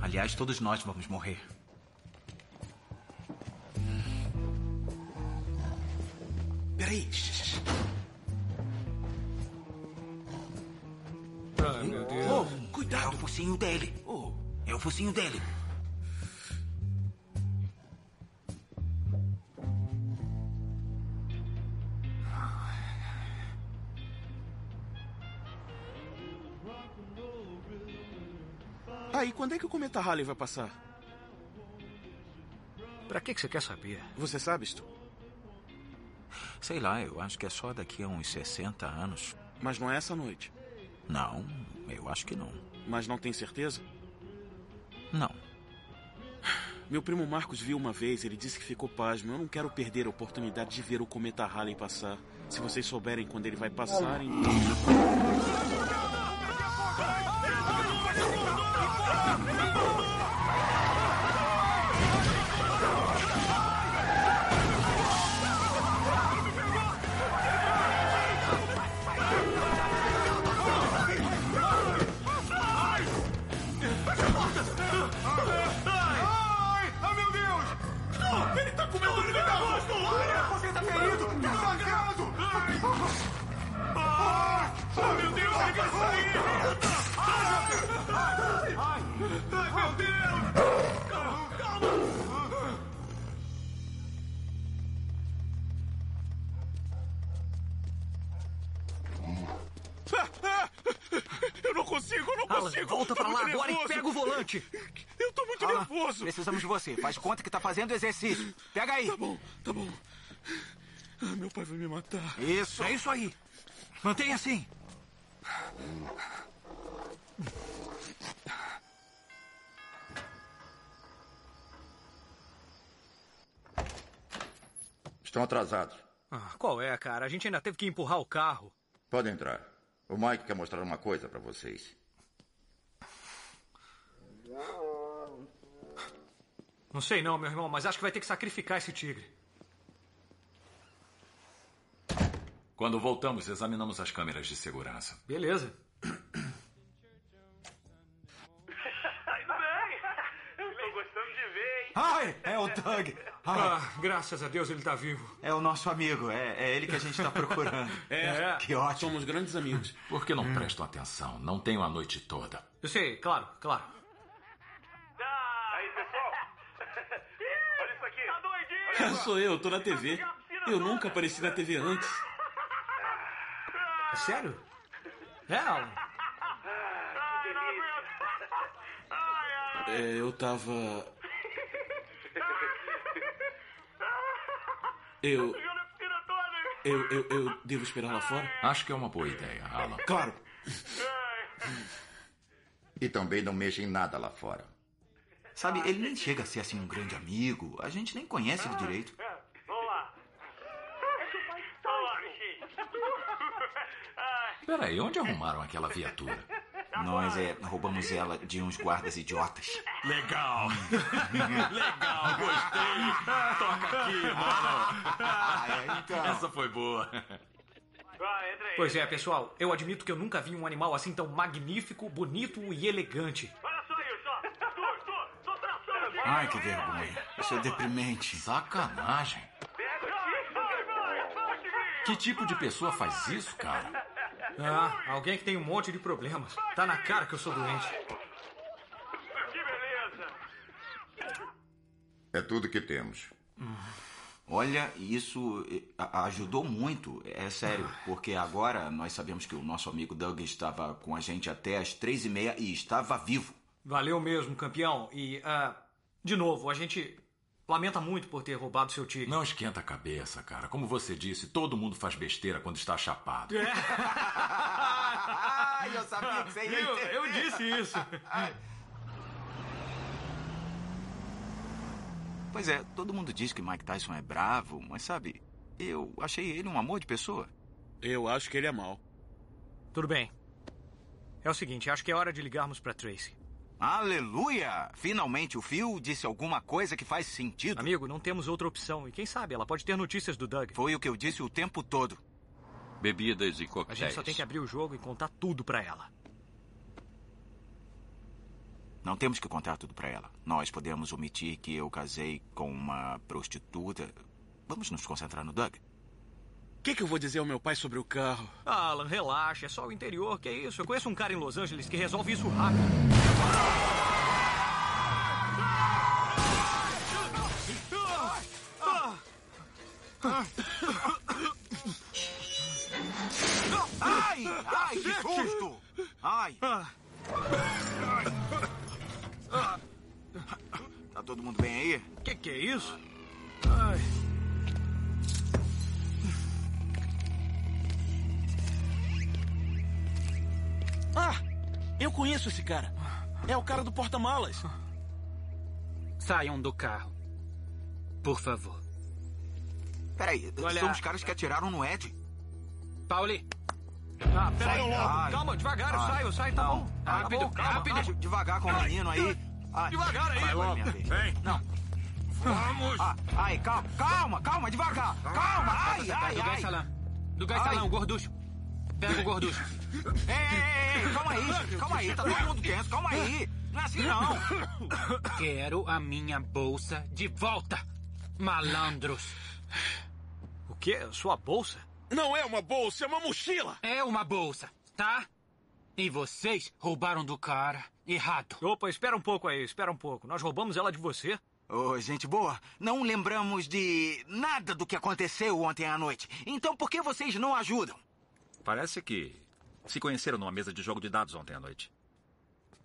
Speaker 13: Aliás, todos nós vamos morrer.
Speaker 8: [LAUGHS]
Speaker 13: Peraí.
Speaker 6: Ai, meu Deus.
Speaker 13: Oh, cuidado! É o focinho dele. Oh, é o focinho dele.
Speaker 10: Ah, e quando é que o Cometa Halley vai passar?
Speaker 6: Pra que, que você quer saber?
Speaker 10: Você sabe, Stu?
Speaker 13: Sei lá, eu acho que é só daqui a uns 60 anos.
Speaker 10: Mas não é essa noite.
Speaker 13: Não, eu acho que não.
Speaker 10: Mas não tem certeza?
Speaker 13: Não.
Speaker 10: Meu primo Marcos viu uma vez, ele disse que ficou pasmo. Eu não quero perder a oportunidade de ver o cometa Halley passar. Se vocês souberem quando ele vai passar, então.
Speaker 34: Ai, ai, meu Deus! Stu, ele tá comendo ele meu rosto! Olha, você tá ferido! Tá sangrando! Ai, ai, meu Deus, ele vai sair! Ai, ai, ai, meu Deus! Calma, calma!
Speaker 10: Eu não consigo, eu não
Speaker 6: Alan,
Speaker 10: consigo!
Speaker 6: volta
Speaker 10: Tô
Speaker 6: pra lá
Speaker 10: muito
Speaker 6: agora e
Speaker 8: [LAUGHS]
Speaker 10: nervoso.
Speaker 6: pega o volante.
Speaker 10: Eu
Speaker 35: tô muito
Speaker 13: Alan,
Speaker 35: nervoso.
Speaker 13: Ah, Precisamos de você. Faz conta que tá fazendo exercício. Pega aí. Tá bom,
Speaker 35: tá bom. Ah, meu pai vai me matar.
Speaker 13: Isso. É isso aí. Mantenha assim.
Speaker 32: Estão atrasados.
Speaker 6: Ah, qual é, cara? A gente ainda teve que empurrar o carro.
Speaker 32: Podem entrar. O Mike quer mostrar uma coisa pra vocês.
Speaker 6: Não sei não, meu irmão, mas acho que vai ter que sacrificar esse tigre.
Speaker 1: Quando voltamos, examinamos as câmeras de segurança.
Speaker 6: Beleza.
Speaker 8: Estou gostando de ver, hein?
Speaker 36: Ai, é o Doug.
Speaker 6: Ah, graças a Deus ele tá vivo.
Speaker 36: É o nosso amigo. É, é ele que a gente tá procurando.
Speaker 1: [LAUGHS]
Speaker 13: Né?
Speaker 1: É.
Speaker 36: Que ótimo.
Speaker 1: Somos grandes amigos. Por que não
Speaker 13: Hum.
Speaker 1: prestam atenção? Não tenho a noite toda.
Speaker 6: Eu sei, claro, claro.
Speaker 8: Aí, pessoal. Olha isso aqui. Tá doidinho.
Speaker 10: Ah, Sou eu, tô na TV. Eu nunca apareci na TV antes.
Speaker 6: Sério? É, Alan?
Speaker 10: É, eu tava. Eu. Eu, eu, eu devo esperar lá fora?
Speaker 1: Acho que é uma boa ideia, Alan.
Speaker 10: Claro!
Speaker 32: E também não mexem em nada lá fora.
Speaker 13: Sabe, ele nem chega a ser assim um grande amigo. A gente nem conhece ele direito.
Speaker 8: Vamos lá. Vamos lá, bichinho.
Speaker 1: Peraí, onde arrumaram aquela viatura?
Speaker 13: Nós é, roubamos ela de uns guardas idiotas.
Speaker 1: Legal!
Speaker 10: Legal, gostei! Toca aqui,
Speaker 13: Ah, é,
Speaker 10: mano!
Speaker 13: então.
Speaker 6: [LAUGHS] É
Speaker 1: Essa foi boa.
Speaker 6: Pois é, pessoal, eu admito que eu nunca vi um animal assim tão magnífico, bonito e elegante.
Speaker 8: Olha só aí, só. Tu, tu, só tração aqui.
Speaker 13: Ai, que vergonha. Isso é deprimente.
Speaker 1: Sacanagem. Que tipo de pessoa faz isso, cara?
Speaker 6: Ah, alguém que tem um monte de problemas. Tá na cara que eu sou doente.
Speaker 8: Que beleza.
Speaker 32: É tudo que temos.
Speaker 13: Olha, isso eh, a- ajudou muito, é sério, porque agora nós sabemos que o nosso amigo Doug estava com a gente até às três e meia e estava vivo.
Speaker 6: Valeu mesmo, campeão. E, ah, de novo, a gente lamenta muito por ter roubado seu tigre.
Speaker 1: Não esquenta a cabeça, cara. Como você disse, todo mundo faz besteira quando está chapado.
Speaker 13: [LAUGHS] Ai, eu sabia que você ia
Speaker 6: Viu?
Speaker 13: entender.
Speaker 6: Eu disse isso.
Speaker 13: Pois é, todo mundo diz que Mike Tyson é bravo, mas sabe, eu achei ele um amor de pessoa.
Speaker 10: Eu acho que ele é mau.
Speaker 6: Tudo bem. É o seguinte, acho que é hora de ligarmos pra Tracy.
Speaker 13: Aleluia! Finalmente o Phil disse alguma coisa que faz sentido.
Speaker 6: Amigo, não temos outra opção. E quem sabe, ela pode ter notícias do Doug.
Speaker 13: Foi o que eu disse o tempo todo. É
Speaker 37: Bebidas e
Speaker 6: A
Speaker 37: coquetéis.
Speaker 6: gente só tem que abrir o jogo e contar tudo pra ela.
Speaker 13: Não temos que contar tudo pra ela. Nós podemos omitir que eu casei com uma prostituta. Vamos nos concentrar no Doug.
Speaker 10: O que, que eu vou dizer ao meu pai sobre o carro?
Speaker 6: Alan, relaxa, é só o interior, que isso? Eu conheço um cara em Los Angeles que resolve isso rápido.
Speaker 36: Ai, ai, que susto. Ai.
Speaker 13: Tá todo mundo bem aí?
Speaker 6: Que que é isso?
Speaker 10: Ah! Eu conheço esse cara. É o cara do porta-malas.
Speaker 19: Saiam do carro. Por favor.
Speaker 13: Peraí, são os caras que atiraram no Ed.
Speaker 19: Pauli!
Speaker 6: Ah,
Speaker 13: Sai
Speaker 6: peraí,
Speaker 13: logo.
Speaker 6: louco. Calma, devagar, eu
Speaker 13: Tá, Ai.
Speaker 6: saio, eu saio, tá bom. Tá
Speaker 13: Rápido,
Speaker 6: bom, calma,
Speaker 13: rápido.
Speaker 6: calma.
Speaker 13: Devagar com o menino aí. Ai.
Speaker 6: Devagar aí,
Speaker 13: Vai
Speaker 6: logo.
Speaker 13: minha vez. Não. Vamos! Ah, ai, calma, calma, calma, devagar. Calma, ai, ai,
Speaker 19: do
Speaker 13: ai.
Speaker 19: Gassalão. Do Gassalão, gorducho. Pega o gorducho.
Speaker 13: Ei, ei, ei, calma aí, calma aí, tá todo mundo tenso, calma aí. Não é assim não.
Speaker 19: Quero a minha bolsa de volta, malandros.
Speaker 6: O quê? Sua bolsa?
Speaker 10: Não é uma bolsa, é uma mochila!
Speaker 19: É uma bolsa, tá? E vocês roubaram do cara. Errado.
Speaker 6: Opa, espera um pouco aí, espera um pouco. Nós roubamos ela de você?
Speaker 13: Ô, gente boa, não lembramos de nada do que aconteceu ontem à noite. Então por que vocês não ajudam?
Speaker 38: Parece que se conheceram numa mesa de jogo de dados ontem à noite.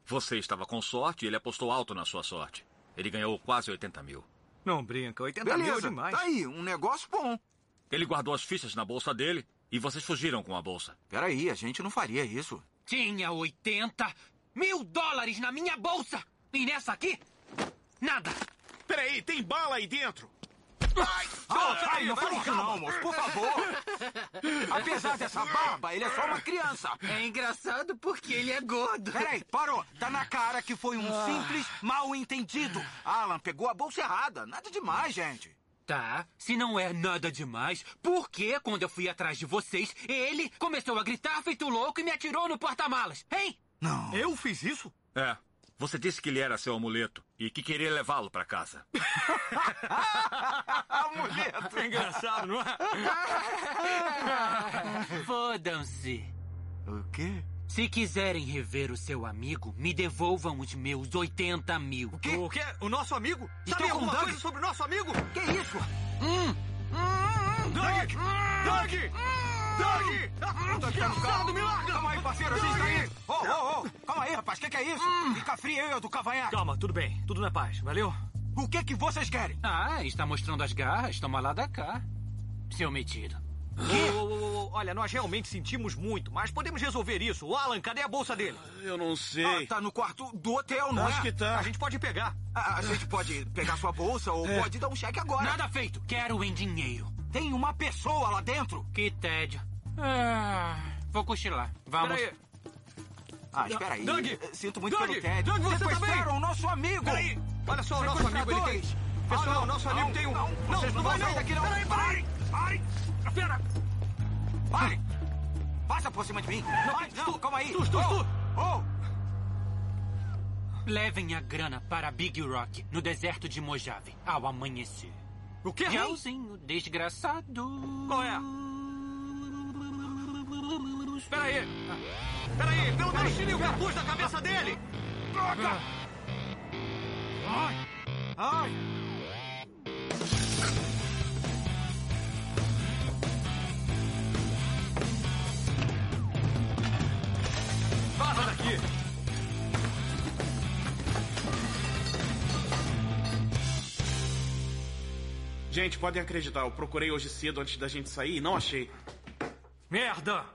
Speaker 1: Você estava com sorte e ele apostou alto na sua sorte. Ele ganhou quase 80 mil.
Speaker 6: Não brinca, 80 mil é
Speaker 39: Beleza,
Speaker 6: demais.
Speaker 39: tá aí, um negócio bom.
Speaker 1: Ele guardou as fichas na bolsa dele e vocês fugiram com a bolsa.
Speaker 13: Peraí, a gente não faria isso.
Speaker 19: Tinha 80 mil dólares na minha bolsa! E nessa aqui, nada!
Speaker 40: Peraí, tem bala aí dentro!
Speaker 39: Ai,
Speaker 19: Ah,
Speaker 8: Ah,
Speaker 39: ai, não fala isso não, moço, por favor. Apesar dessa barba, ele é
Speaker 8: [LAUGHS]
Speaker 39: só uma criança.
Speaker 41: É engraçado porque ele é gordo.
Speaker 39: Peraí, parou. Tá na cara que foi um
Speaker 41: Ah.
Speaker 39: simples mal entendido. Alan pegou a bolsa errada. Nada demais, gente.
Speaker 19: Tá, se não é nada demais, por que quando eu fui atrás de vocês, ele começou a gritar feito louco e me atirou no porta-malas, hein?
Speaker 39: Não.
Speaker 1: Eu fiz isso? É. Você disse que ele era seu amuleto e que queria levá-lo pra casa.
Speaker 39: Amuleto.
Speaker 1: Engraçado, não é?
Speaker 39: [LAUGHS]
Speaker 19: Fodam-se.
Speaker 39: O quê?
Speaker 19: Se quiserem rever o seu amigo, me devolvam os meus 80 mil. O quê?
Speaker 6: O quê? O nosso amigo?
Speaker 19: Estou
Speaker 6: Sabe
Speaker 19: com
Speaker 6: alguma
Speaker 19: Doug?
Speaker 6: coisa sobre o nosso amigo?
Speaker 39: Que isso?
Speaker 6: Hum.
Speaker 8: Ah.
Speaker 39: Doug!
Speaker 6: Doug!
Speaker 39: Doug! Ah, Doug, tá no carro.
Speaker 6: me larga!
Speaker 39: Calma aí, parceiro, a gente tá indo. Ô, ô, ô, calma aí, rapaz, o que, que é isso?
Speaker 19: Hum.
Speaker 39: Fica frio eu do cavanhaque.
Speaker 6: Calma, tudo bem. Tudo na paz, valeu?
Speaker 39: O que que vocês querem?
Speaker 19: Ah, está mostrando as garras. Toma lá da
Speaker 1: Ah,
Speaker 19: cá. Seu metido.
Speaker 6: Tá. Ô, ô, ô, ô, Olha, nós realmente sentimos muito, mas podemos resolver isso. O Alan, cadê a bolsa dele?
Speaker 1: Eu não sei.
Speaker 39: Ah, tá no quarto do hotel, não
Speaker 6: Acho
Speaker 39: é?
Speaker 6: que tá.
Speaker 39: A gente pode pegar.
Speaker 6: Ah,
Speaker 39: A, a gente pode pegar sua bolsa ou
Speaker 6: É.
Speaker 39: pode dar um cheque agora.
Speaker 19: Nada feito. Quero em dinheiro.
Speaker 39: Tem uma pessoa lá dentro.
Speaker 19: Que tédio. Ah, vou cochilar. Vamos.
Speaker 39: Peraí. Ah, espera aí.
Speaker 6: Doug!
Speaker 39: Sinto muito
Speaker 6: Doug!
Speaker 39: pelo tédio.
Speaker 6: Doug, você tá bem?
Speaker 39: Sequestraram o nosso amigo.
Speaker 6: Peraí, olha só, o nosso amigo ele tem...
Speaker 39: Sequestradores.
Speaker 6: Pessoal,
Speaker 39: Ah, não,
Speaker 6: o nosso amigo
Speaker 39: não,
Speaker 6: tem um...
Speaker 39: não,
Speaker 6: vocês não,
Speaker 39: não
Speaker 6: vão
Speaker 39: vai
Speaker 6: sair
Speaker 39: não.
Speaker 6: daqui não.
Speaker 39: Peraí, peraí.
Speaker 6: Ai, pera.
Speaker 39: Pare. Passa por cima de mim. Não, não, calma aí.
Speaker 6: Oh.
Speaker 39: Tu, tu,
Speaker 19: Levem a grana para Big Rock, no deserto de Mojave, ao amanhecer.
Speaker 6: O quê?
Speaker 19: Tchauzinho, desgraçado.
Speaker 6: Qual é? Peraí. Peraí, pelo menos tirem o capuz da cabeça dele. Droga! Ai. Ai. Vaza daqui!
Speaker 10: Gente, podem acreditar, eu procurei hoje cedo antes da gente sair e não achei.
Speaker 6: Merda!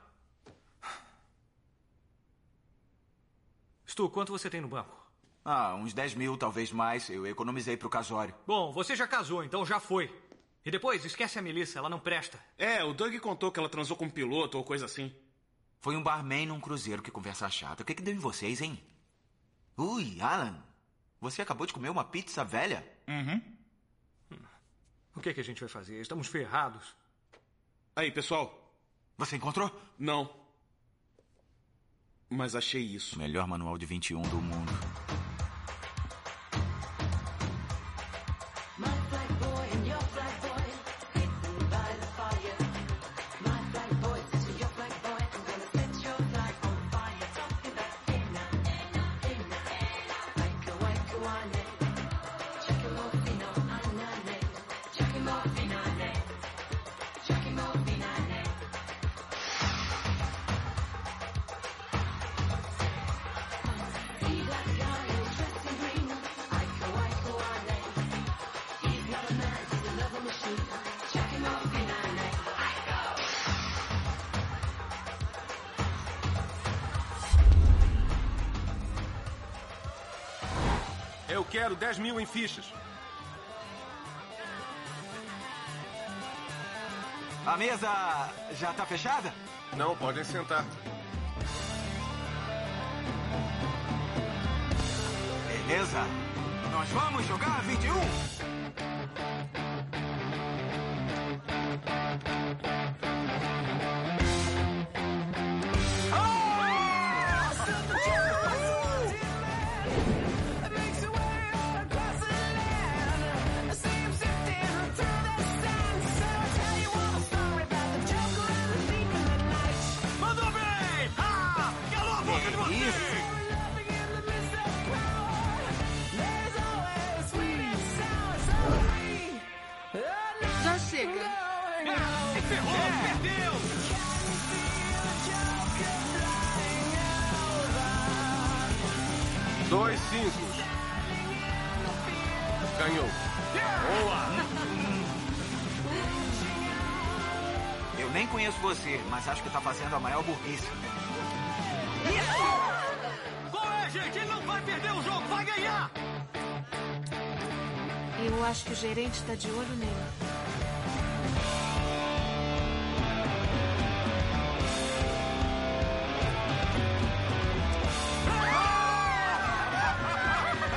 Speaker 6: Stu, quanto você tem no banco?
Speaker 13: Ah, uns 10 mil, talvez mais. Eu economizei pro casório.
Speaker 6: Bom, você já casou, então já foi. E depois, esquece a Melissa, ela não presta.
Speaker 10: É, o Doug contou que ela transou com um piloto ou coisa assim.
Speaker 13: Foi um barman num cruzeiro que conversa chata. O que que deu em vocês, hein? Ui, Alan. Você acabou de comer uma pizza velha?
Speaker 10: Uhum.
Speaker 6: O que, é que a gente vai fazer? Estamos ferrados.
Speaker 10: Aí, pessoal.
Speaker 13: Você encontrou?
Speaker 10: Não. Mas achei isso.
Speaker 13: Melhor manual de 21 do mundo.
Speaker 29: Eu quero 10 mil em fichas.
Speaker 39: A mesa já tá fechada?
Speaker 29: Não, podem sentar.
Speaker 39: Beleza. Nós vamos jogar 21?
Speaker 8: Mandou bem! Ah, calou a boca de vocês! é
Speaker 42: Já chega.
Speaker 43: Ah,
Speaker 8: Se ferrou, perdeu!
Speaker 44: Dois cinco. Ganhou.
Speaker 8: Eu nem conheço você, mas acho que tá fazendo a maior burrice.
Speaker 43: Qual é, gente? Ele não vai perder o jogo, vai ganhar!
Speaker 7: Eu acho que o gerente tá de olho nele.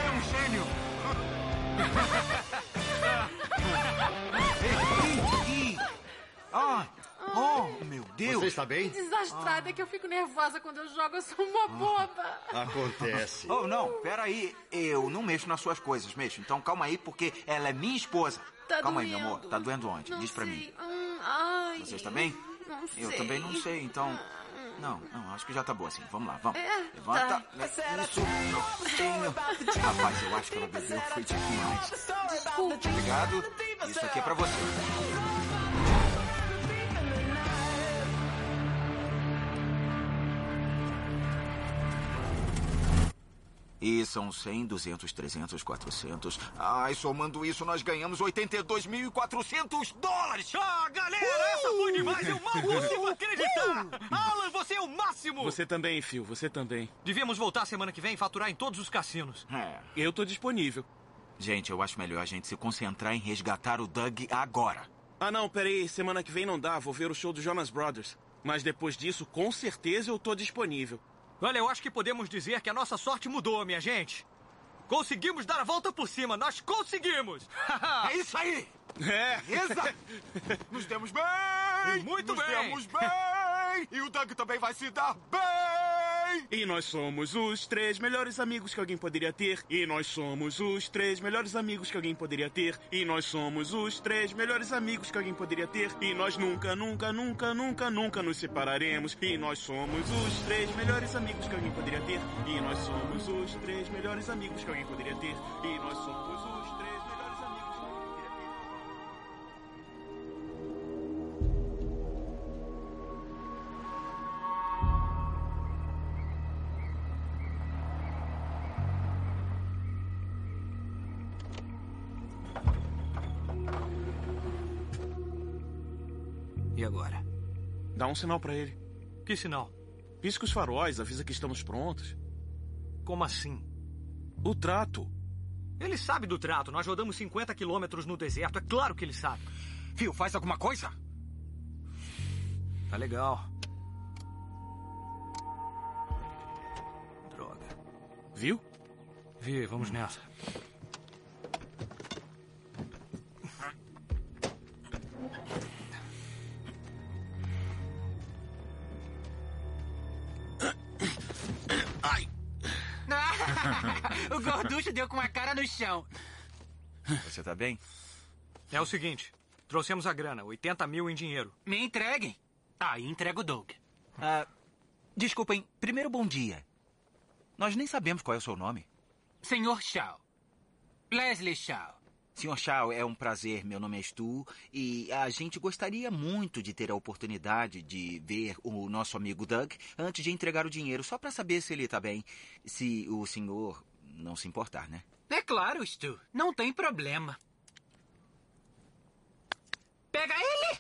Speaker 8: É um
Speaker 43: [LAUGHS]
Speaker 8: gênio!
Speaker 13: Ah,
Speaker 8: Oh, oh, meu Deus!
Speaker 45: Você está bem?
Speaker 7: Desastrada é que eu fico nervosa quando eu jogo, eu sou uma boba.
Speaker 13: Acontece. Oh, não, peraí. Eu não mexo nas suas coisas mesmo. Então calma aí, porque ela é minha esposa.
Speaker 7: Tá
Speaker 13: calma aí,
Speaker 7: doendo.
Speaker 13: meu amor. Tá doendo onde?
Speaker 7: Não
Speaker 13: Diz pra
Speaker 7: sei.
Speaker 13: mim.
Speaker 7: Hum, ai.
Speaker 13: Você está bem?
Speaker 7: Não sei. Ah,
Speaker 13: Eu
Speaker 7: hum.
Speaker 13: também não sei, então. Não, não, acho que já tá boa assim. Vamos lá, vamos.
Speaker 7: É,
Speaker 13: Levanta.
Speaker 7: tá.
Speaker 13: Isso, prontinho. Rapaz, eu acho que ela bebeu foi demais. Obrigado. Isso aqui é pra você. E são 100, 200, 300, 400. Ai, somando isso, nós ganhamos 82.400 dólares! Uh!
Speaker 43: Ah, galera, essa foi demais!
Speaker 6: É
Speaker 43: Eu mal consigo acreditar!
Speaker 6: Alan, você é o máximo!
Speaker 10: Você também, Phil, você também.
Speaker 6: Devíamos voltar semana que vem e faturar em todos os cassinos.
Speaker 13: É.
Speaker 10: Eu tô disponível.
Speaker 13: Gente, eu acho melhor a gente se concentrar em resgatar o Doug agora.
Speaker 10: Ah, não, peraí. Semana que vem não dá. Vou ver o show do Jonas Brothers. Mas depois disso, com certeza eu tô disponível.
Speaker 6: Olha, eu acho que podemos dizer que a nossa sorte mudou, minha gente. Conseguimos dar a volta por cima,
Speaker 8: [LAUGHS]
Speaker 6: nós conseguimos!
Speaker 8: É isso aí!
Speaker 19: [LAUGHS]
Speaker 10: É!
Speaker 8: Beleza? Nos demos bem!
Speaker 6: Muito
Speaker 8: Nos
Speaker 6: bem.
Speaker 8: demos bem! E o Doug também vai se dar
Speaker 19: [LAUGHS]
Speaker 8: bem!
Speaker 10: E nós somos os três melhores amigos que alguém poderia ter. E nós somos os três melhores amigos que alguém poderia ter. E nós somos os três melhores amigos que alguém poderia ter. E nós nunca, nunca, nunca, nunca, nunca nos separaremos. E nós somos os três melhores amigos que alguém poderia ter. E nós somos os três melhores amigos que alguém poderia ter. E nós somos os três melhores amigos que alguém poderia ter.
Speaker 6: E agora?
Speaker 10: Dá um sinal pra ele.
Speaker 6: Que sinal?
Speaker 10: Pisca os faróis, avisa que estamos prontos.
Speaker 6: Como assim?
Speaker 10: O trato.
Speaker 6: Ele sabe do trato. Nós rodamos 50 quilômetros no deserto. É claro que ele sabe.
Speaker 8: Phil, faz alguma coisa?
Speaker 6: Tá legal. Droga.
Speaker 10: Viu?
Speaker 6: Vi, vamos nessa.
Speaker 46: o gorducho deu com a cara no chão.
Speaker 13: Você tá bem?
Speaker 6: É o seguinte: trouxemos a grana, 80 mil em dinheiro.
Speaker 19: Me entreguem. Tá, Aí entrega o Doug.
Speaker 13: Ah, desculpem, primeiro bom dia. Nós nem sabemos qual é o seu nome.
Speaker 19: Senhor Shaw. Leslie Shaw.
Speaker 13: Senhor Shaw, é um prazer. Meu nome é Stu e a gente gostaria muito de ter a oportunidade de ver o nosso amigo Doug antes de entregar o dinheiro, só para saber se ele tá bem. Se o senhor não se importar, né?
Speaker 19: É claro, Stu. Não tem problema. Pega ele!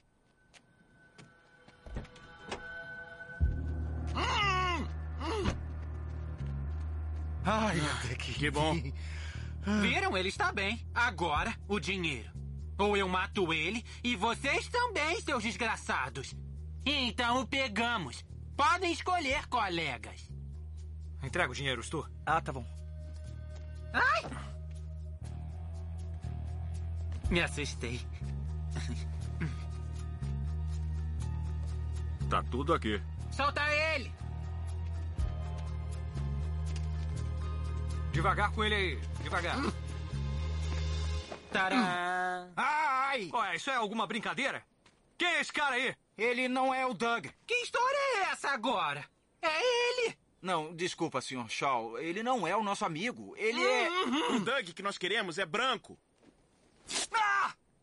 Speaker 13: Hum,
Speaker 8: Ai, até que...
Speaker 10: Que bom.
Speaker 19: Viram? Ele está bem. Agora, o dinheiro. Ou eu mato ele e vocês também, seus desgraçados. Então o pegamos. Podem escolher, colegas.
Speaker 6: Entrega o dinheiro, Stu.
Speaker 8: Ah, tá bom.
Speaker 19: Ai! Me assustei.
Speaker 32: Tá tudo aqui.
Speaker 19: Solta ele!
Speaker 6: Devagar com ele aí. Devagar.
Speaker 19: Tadã!
Speaker 8: Ai!
Speaker 6: Ué, isso é alguma brincadeira? Quem é esse cara aí?
Speaker 8: Ele não é o Doug.
Speaker 19: Que história é essa agora? É ele!
Speaker 13: Não, desculpa, senhor Shaw. Ele não é o nosso amigo. Ele é.
Speaker 10: Uhum. O Doug que nós queremos é branco.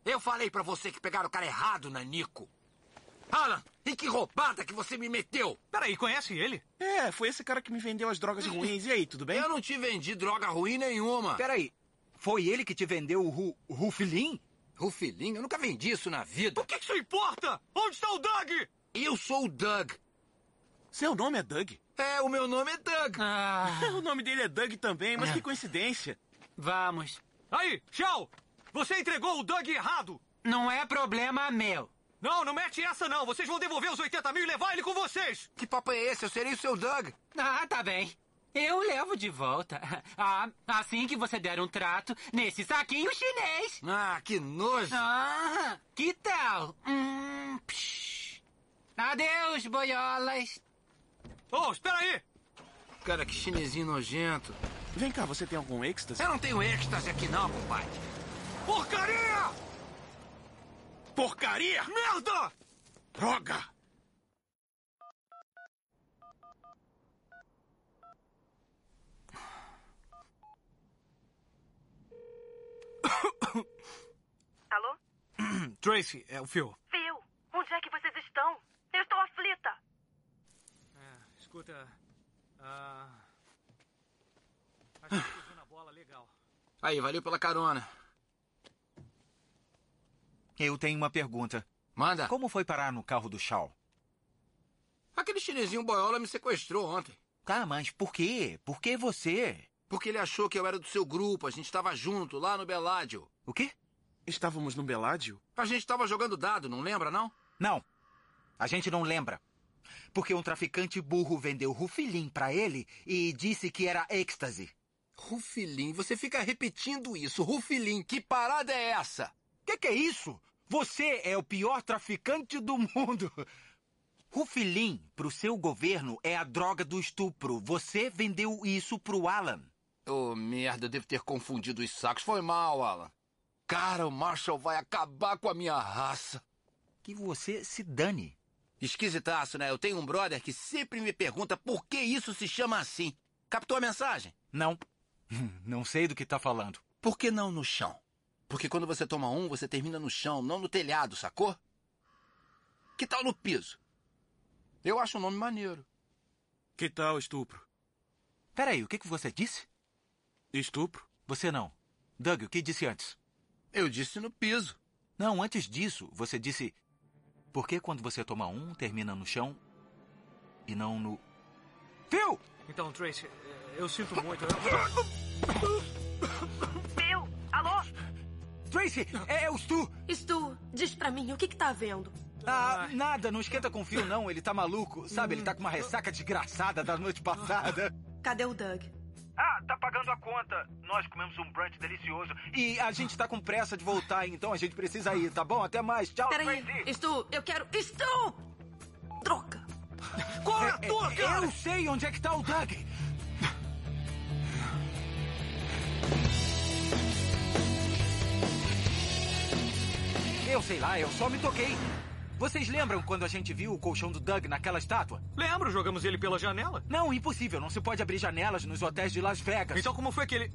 Speaker 45: Eu falei pra você que pegaram o cara errado, Nanico.
Speaker 5: Alan, e que roubada que você me meteu!
Speaker 6: Peraí, conhece ele?
Speaker 5: É, foi esse cara que me vendeu as drogas ruins. E aí, tudo bem? Eu não te vendi droga ruim nenhuma.
Speaker 13: Peraí, foi ele que te vendeu o ru, Rufilim?
Speaker 5: Rufilim? Eu nunca vendi isso na vida. O
Speaker 8: que isso importa? Onde está o Doug?
Speaker 5: Eu sou o Doug. Seu nome é Doug? É, o meu nome é Doug. O nome dele é Doug também, mas que coincidência.
Speaker 19: Vamos.
Speaker 8: Aí, tchau! Você entregou o Doug errado!
Speaker 19: Não é problema meu.
Speaker 8: Não, não mete essa não! Vocês vão devolver os 80 mil e levar ele com vocês!
Speaker 5: Que papo é esse? Eu serei o seu Doug.
Speaker 19: Ah, tá bem. Eu levo de volta. [LAUGHS] Ah, assim que você der um trato nesse saquinho chinês.
Speaker 5: Ah, que nojo.
Speaker 19: Ah, que tal? Hum, psh. Adeus, boiolas.
Speaker 8: Oh, espera aí!
Speaker 5: Cara, que chinesinho nojento. Vem cá, você tem algum êxtase? Eu não tenho êxtase aqui não, compadre.
Speaker 8: Porcaria!
Speaker 5: Porcaria!
Speaker 8: Merda!
Speaker 5: Droga!
Speaker 3: [COUGHS] Alô?
Speaker 6: [COUGHS] Tracy, é o Phil.
Speaker 3: Phil, onde é que vocês estão? Eu estou aflita.
Speaker 6: É, Escuta. Ah. Acho que pisou na bola legal.
Speaker 5: Aí, valeu pela carona.
Speaker 13: Eu tenho uma pergunta.
Speaker 5: Manda.
Speaker 13: Como foi parar no carro do Shaw?
Speaker 5: Aquele chinesinho boiola me sequestrou ontem.
Speaker 13: Tá, mas por quê? Por que você?
Speaker 5: Porque ele achou que eu era do seu grupo, a gente estava junto lá no Beládio.
Speaker 13: O quê?
Speaker 5: Estávamos no Beládio? A gente estava jogando dado, não lembra, não?
Speaker 13: Não. A gente não lembra. Porque um traficante burro vendeu Rufilim pra ele e disse que era êxtase.
Speaker 5: Rufilim, você fica repetindo isso. Rufilim, que parada é essa?
Speaker 13: Que que é isso? Você é o pior traficante do mundo. Rufilim, pro seu governo, é a droga do estupro. Você vendeu isso pro Alan.
Speaker 5: Ô, merda, eu devo ter confundido os sacos. Foi mal, Alan. Cara, o Marshall vai acabar com a minha raça.
Speaker 13: Que você se dane.
Speaker 5: Esquisitaço, né? Eu tenho um brother que sempre me pergunta por que isso se chama assim. Captou a mensagem?
Speaker 13: Não. [LAUGHS] Não sei do que tá falando.
Speaker 5: Por que não no chão? Porque quando você toma um, você termina no chão, não no telhado, sacou? Que tal no piso? Eu acho o nome maneiro.
Speaker 47: Que tal estupro?
Speaker 13: Peraí, o que, que você disse?
Speaker 47: Estupro?
Speaker 13: Você não. Doug, o que disse antes?
Speaker 5: Eu disse no piso.
Speaker 13: Não, antes disso, você disse por que quando você toma um, termina no chão e não no. Phil!
Speaker 6: Então, Tracy, eu sinto muito.
Speaker 3: [COUGHS] Phil, alô?
Speaker 13: Tracy, é, é o Stu!
Speaker 3: Stu, diz pra mim, o que que tá vendo?
Speaker 13: Ah, nada, não esquenta com o Phil, não. Ele tá maluco, sabe? Ele tá
Speaker 48: Uhum.
Speaker 13: com uma ressaca desgraçada da noite passada.
Speaker 3: Cadê o Doug?
Speaker 48: Ah, tá pagando a conta. Nós comemos um brunch delicioso.
Speaker 13: E a gente tá com pressa de voltar, então a gente precisa ir, tá bom? Até mais, tchau.
Speaker 3: Peraí,
Speaker 13: é.
Speaker 3: Stu, eu quero... Stu! Droga!
Speaker 8: Qual é a tua, cara?
Speaker 13: Eu sei onde é que tá o Doug. Eu sei lá, eu só me toquei. Vocês lembram quando a gente viu o colchão do Doug naquela estátua?
Speaker 6: Lembro, jogamos ele pela janela.
Speaker 13: Não, impossível. Não se pode abrir janelas nos hotéis de Las Vegas.
Speaker 6: Então como foi que ele...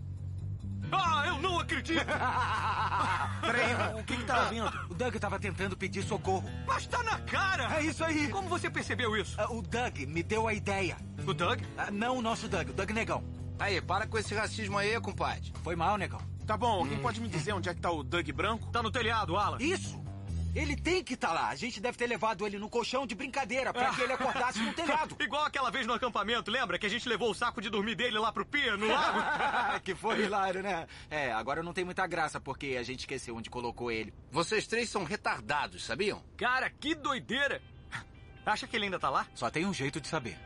Speaker 6: Ah, eu não [LAUGHS] acredito!
Speaker 5: Peraí, o que que tá ouvindo?
Speaker 13: O Doug tava tentando pedir socorro.
Speaker 6: Mas tá na cara!
Speaker 13: É isso aí!
Speaker 6: Como você percebeu isso?
Speaker 13: Ah, O Doug me deu a ideia.
Speaker 6: O Doug?
Speaker 13: Ah, Não o nosso Doug, o Doug Negão.
Speaker 5: Aí, para com esse racismo aí, compadre.
Speaker 13: Foi mal, Negão.
Speaker 47: Tá bom, alguém pode me dizer onde é que tá o Doug branco?
Speaker 6: Hum. Tá no telhado, Alan.
Speaker 13: Isso! Ele tem que estar lá. A gente deve ter levado ele no colchão de brincadeira
Speaker 6: É.
Speaker 13: pra que ele acordasse
Speaker 6: [LAUGHS]
Speaker 13: no telhado.
Speaker 6: Igual aquela vez no acampamento, lembra? Que a gente levou o saco de dormir dele lá pro pia, [LAUGHS] no lago?
Speaker 13: [LAUGHS] que foi hilário, né? É, agora não tem muita graça porque a gente esqueceu onde colocou ele.
Speaker 5: Vocês três são retardados, sabiam?
Speaker 6: Cara, que doideira! Acha que ele ainda tá lá?
Speaker 13: Só tem um jeito de saber.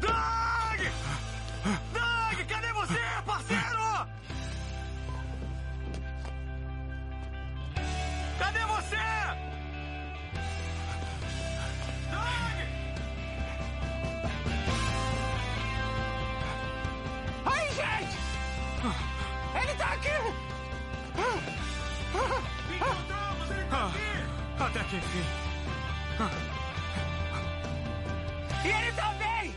Speaker 8: Doug! Doug, cadê você, parceiro? Cadê você?
Speaker 5: Ai, gente! Ele tá aqui!
Speaker 8: Encontramos, ele tá aqui!
Speaker 6: Até que enfim.
Speaker 5: E ele também!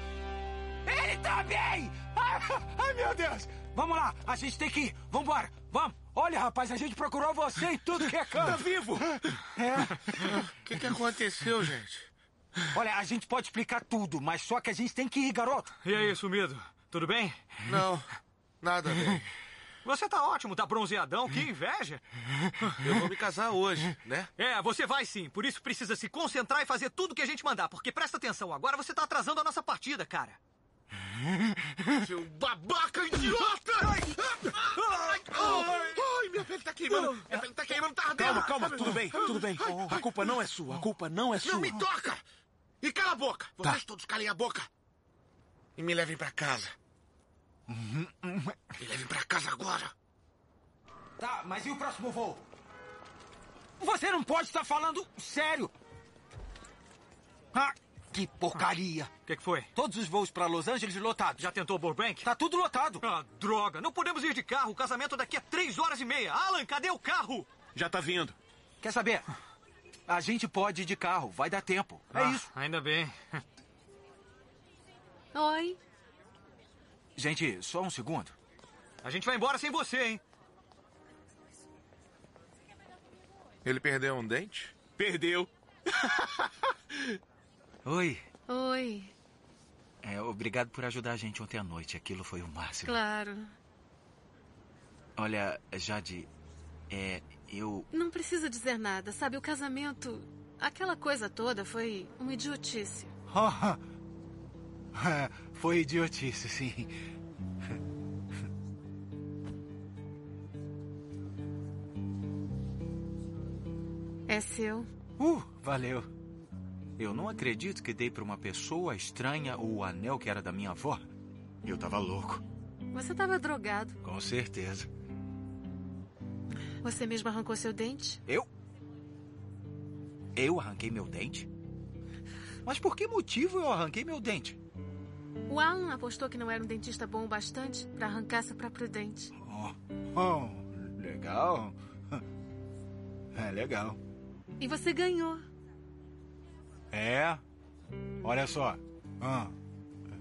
Speaker 5: Ele também! Ai,
Speaker 19: Ai, meu Deus! Vamos lá, a gente tem que ir. Vambora, vamos. Olha, rapaz, a gente procurou você em tudo que é canto.
Speaker 8: Tá vivo?
Speaker 19: É. O
Speaker 10: que, que aconteceu, gente?
Speaker 19: Olha, a gente pode explicar tudo, mas só que a gente tem que ir, garoto.
Speaker 6: E aí, sumido? Tudo bem?
Speaker 10: Não, nada bem.
Speaker 6: [LAUGHS] Você tá ótimo, tá bronzeadão, que inveja.
Speaker 10: [LAUGHS] Eu vou me casar hoje,
Speaker 11: [LAUGHS]
Speaker 10: né?
Speaker 6: É, você vai sim. Por isso precisa se concentrar e fazer tudo que a gente mandar. Porque presta atenção, agora você tá atrasando a nossa partida,
Speaker 10: [LAUGHS]
Speaker 6: cara.
Speaker 8: Seu babaca idiota! Ai, ai, ai, ai, minha pele tá queimando! Minha pele tá queimando, tá ardendo!
Speaker 10: Calma, calma, tudo bem, tudo bem. A culpa não é sua, a culpa não é sua. Tá.
Speaker 8: Não me toca! E cala a boca! Vocês todos calem a boca! E me levem pra casa. Me levem pra casa agora!
Speaker 19: Tá, mas e o próximo voo? Você não pode estar falando sério! Ah, que porcaria!
Speaker 6: O Ah, que, que foi?
Speaker 19: Todos os voos pra Los Angeles lotados.
Speaker 6: Já tentou Burbank?
Speaker 19: Tá tudo lotado.
Speaker 6: Ah, droga! Não podemos ir de carro. O casamento é daqui a três horas e meia. Alan, cadê o carro?
Speaker 10: Já tá vindo.
Speaker 13: Quer saber? A gente pode ir de carro, vai dar tempo. É
Speaker 6: Ah,
Speaker 13: isso.
Speaker 6: Ainda bem.
Speaker 7: Oi.
Speaker 13: Gente, só um segundo.
Speaker 6: A gente vai embora sem você, hein?
Speaker 10: Ele perdeu um dente? Perdeu.
Speaker 13: Oi.
Speaker 7: Oi.
Speaker 13: É, obrigado por ajudar a gente ontem à noite. Aquilo foi o máximo.
Speaker 7: Claro.
Speaker 13: Olha, Jade, é, eu. [LAUGHS]
Speaker 7: Não precisa dizer nada, sabe? O casamento. Aquela coisa toda foi uma idiotice.
Speaker 4: Oh, é, foi idiotice, sim.
Speaker 7: É seu.
Speaker 13: Uh, valeu. Eu não acredito que dei pra uma pessoa estranha o anel que era da minha avó. Eu tava louco,
Speaker 7: Você tava drogado.
Speaker 13: com certeza.
Speaker 7: Você mesmo arrancou seu dente?
Speaker 13: Eu? Eu arranquei meu dente? Mas por que motivo eu arranquei meu dente?
Speaker 7: O Alan apostou que não era um dentista bom o bastante pra arrancar seu próprio dente.
Speaker 4: Oh, legal. É legal.
Speaker 7: E você ganhou.
Speaker 4: É? Olha só. Ah,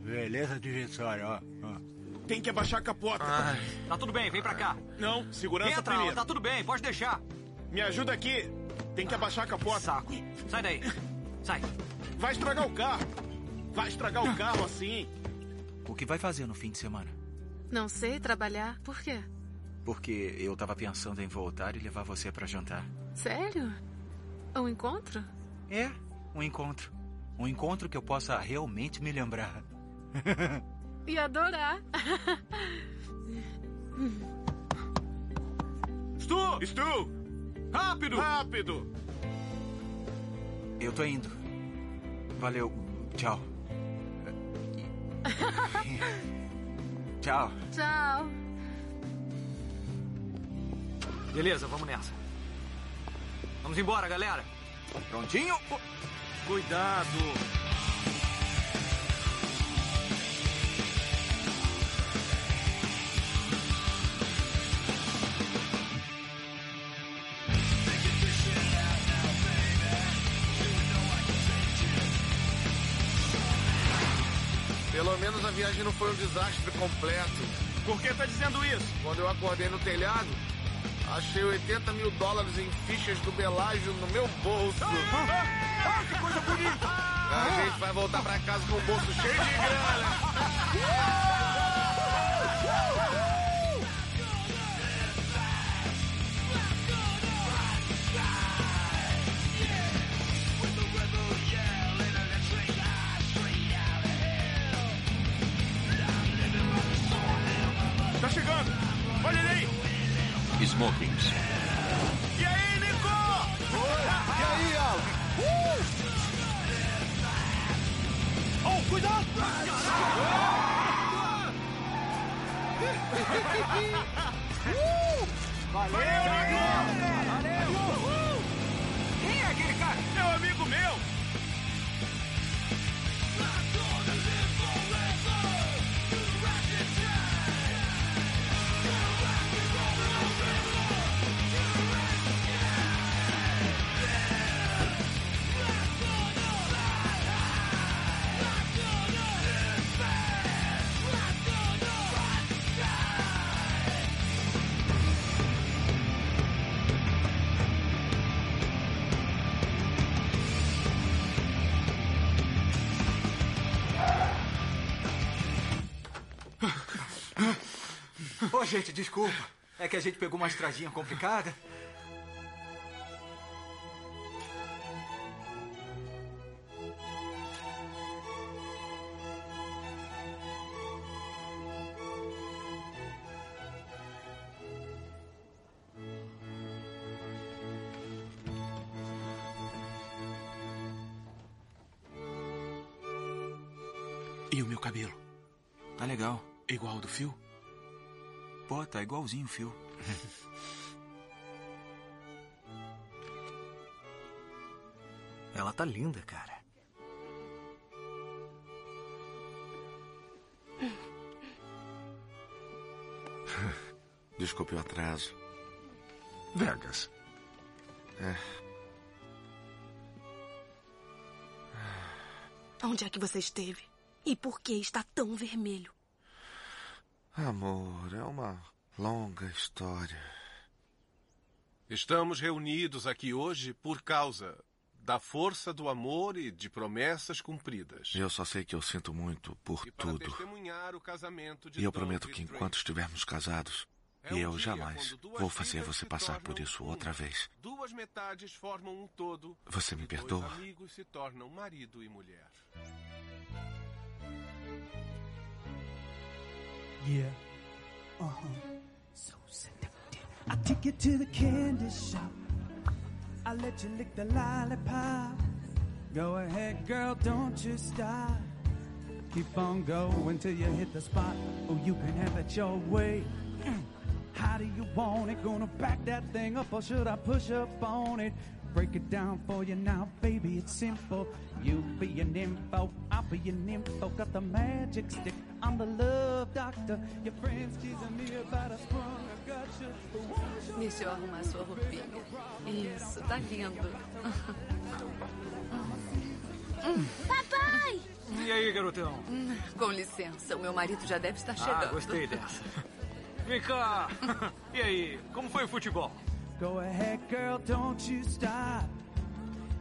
Speaker 4: beleza de vitória, ó. Ah.
Speaker 10: Tem que abaixar a capota.
Speaker 6: Tá tudo bem, vem pra cá.
Speaker 10: Não, segurança
Speaker 6: Entra, Alan,
Speaker 10: primeiro.
Speaker 6: tá tudo bem, pode deixar.
Speaker 10: Me ajuda aqui. Tem que abaixar a capota.
Speaker 6: Saco. Sai daí. Sai.
Speaker 10: Vai estragar o carro. Vai estragar o carro assim.
Speaker 13: O que vai fazer no fim de semana?
Speaker 7: Não sei trabalhar. Por quê?
Speaker 13: Porque eu tava pensando em voltar e levar você pra jantar.
Speaker 7: Sério? Um encontro?
Speaker 13: É, um encontro. Um encontro que eu possa realmente me lembrar. [LAUGHS]
Speaker 7: E adorar.
Speaker 10: Stu! Stu! Rápido! Rápido!
Speaker 13: Eu tô indo. Valeu. Tchau. Tchau.
Speaker 7: Tchau.
Speaker 6: Beleza, vamos nessa. Vamos embora, galera.
Speaker 13: Prontinho?
Speaker 10: Cuidado!
Speaker 11: Pelo menos a viagem não foi um desastre completo. Por que tá dizendo isso? Quando eu acordei no telhado, achei 80 mil dólares em fichas do Belágio no meu bolso. Ah, que coisa bonita! A gente vai voltar pra casa com o bolso cheio de [LAUGHS] grana.
Speaker 8: Tá chegando! Olha ele aí!
Speaker 1: Smokings.
Speaker 8: E aí, Nico? Uh! E aí, Al? Oh, [LAUGHS] cuidado! Valeu, Nico! Valeu! Quem é aquele cara? Meu amigo meu!
Speaker 6: Ô, gente, desculpa. É que a gente pegou uma estradinha complicada.
Speaker 49: E o meu cabelo?
Speaker 13: Tá legal.
Speaker 49: É igual ao do fio?
Speaker 13: Pô, tá igualzinho o
Speaker 12: [LAUGHS]
Speaker 13: fio.
Speaker 6: Ela tá linda, cara.
Speaker 11: Desculpe o atraso. Vegas. É.
Speaker 19: Onde é que você esteve? E por que está tão vermelho?
Speaker 11: Amor, é uma longa história.
Speaker 8: Estamos reunidos aqui hoje por causa da força do amor e de promessas cumpridas.
Speaker 11: Eu só sei que eu sinto muito por tudo.
Speaker 8: Testemunhar o casamento de
Speaker 11: E eu
Speaker 8: Tom
Speaker 11: prometo
Speaker 8: e
Speaker 11: que
Speaker 8: Drake.
Speaker 11: enquanto estivermos casados,
Speaker 8: É
Speaker 11: e
Speaker 8: um
Speaker 11: eu
Speaker 8: dia
Speaker 11: jamais
Speaker 8: quando duas
Speaker 11: vou fazer
Speaker 8: vidas
Speaker 11: você
Speaker 8: se
Speaker 11: passar
Speaker 8: tornam um.
Speaker 11: por isso outra vez.
Speaker 8: Duas metades formam um todo.
Speaker 11: Você me
Speaker 8: e dois
Speaker 11: perdoa?
Speaker 8: amigos se tornam marido e mulher. Yeah. Uh huh. So seductive. I take you to the candy shop. I let you lick the lollipop. Go ahead, girl, don't you stop. Keep on going till you hit the spot. Oh, you can have it your way. [CLEARS THROAT] Mm. How do you want it? Gonna back that thing up, or should I push up on it? Break it down for you now, baby. It's simple. You be an info, I'll be an info. Got the magic stick. I'm the love doctor. Your friends teasing me about a sprung. I got you. But won't you
Speaker 19: Deixa eu arrumar sua roupinha. Isso, tá lindo. Papai!
Speaker 6: E aí, garotão?
Speaker 19: Hum, Com licença, o meu marido já
Speaker 15: Tá
Speaker 19: deve estar
Speaker 6: Ah,
Speaker 19: chegando.
Speaker 6: gostei dessa. Vem cá. E aí, como foi o futebol?
Speaker 8: Go ahead, girl, don't you stop.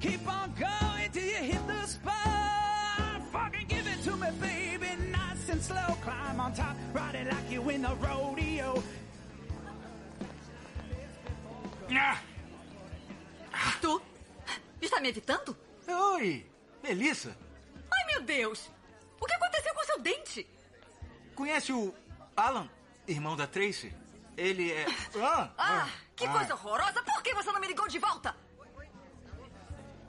Speaker 8: Keep on going till you hit the spot. Fucking give it to me, baby, nice and slow. Climb on top, ride it like you in a rodeo.
Speaker 6: Ah.
Speaker 12: Tu? Está me evitando?
Speaker 6: Oi, Melissa.
Speaker 12: Ai, meu Deus! O que aconteceu com seu dente?
Speaker 6: Conhece o Alan, irmão da Tracy? Ele
Speaker 12: [LAUGHS]
Speaker 6: é...
Speaker 12: Ah, que
Speaker 6: ah.
Speaker 12: coisa horrorosa! Por que você não me ligou de volta?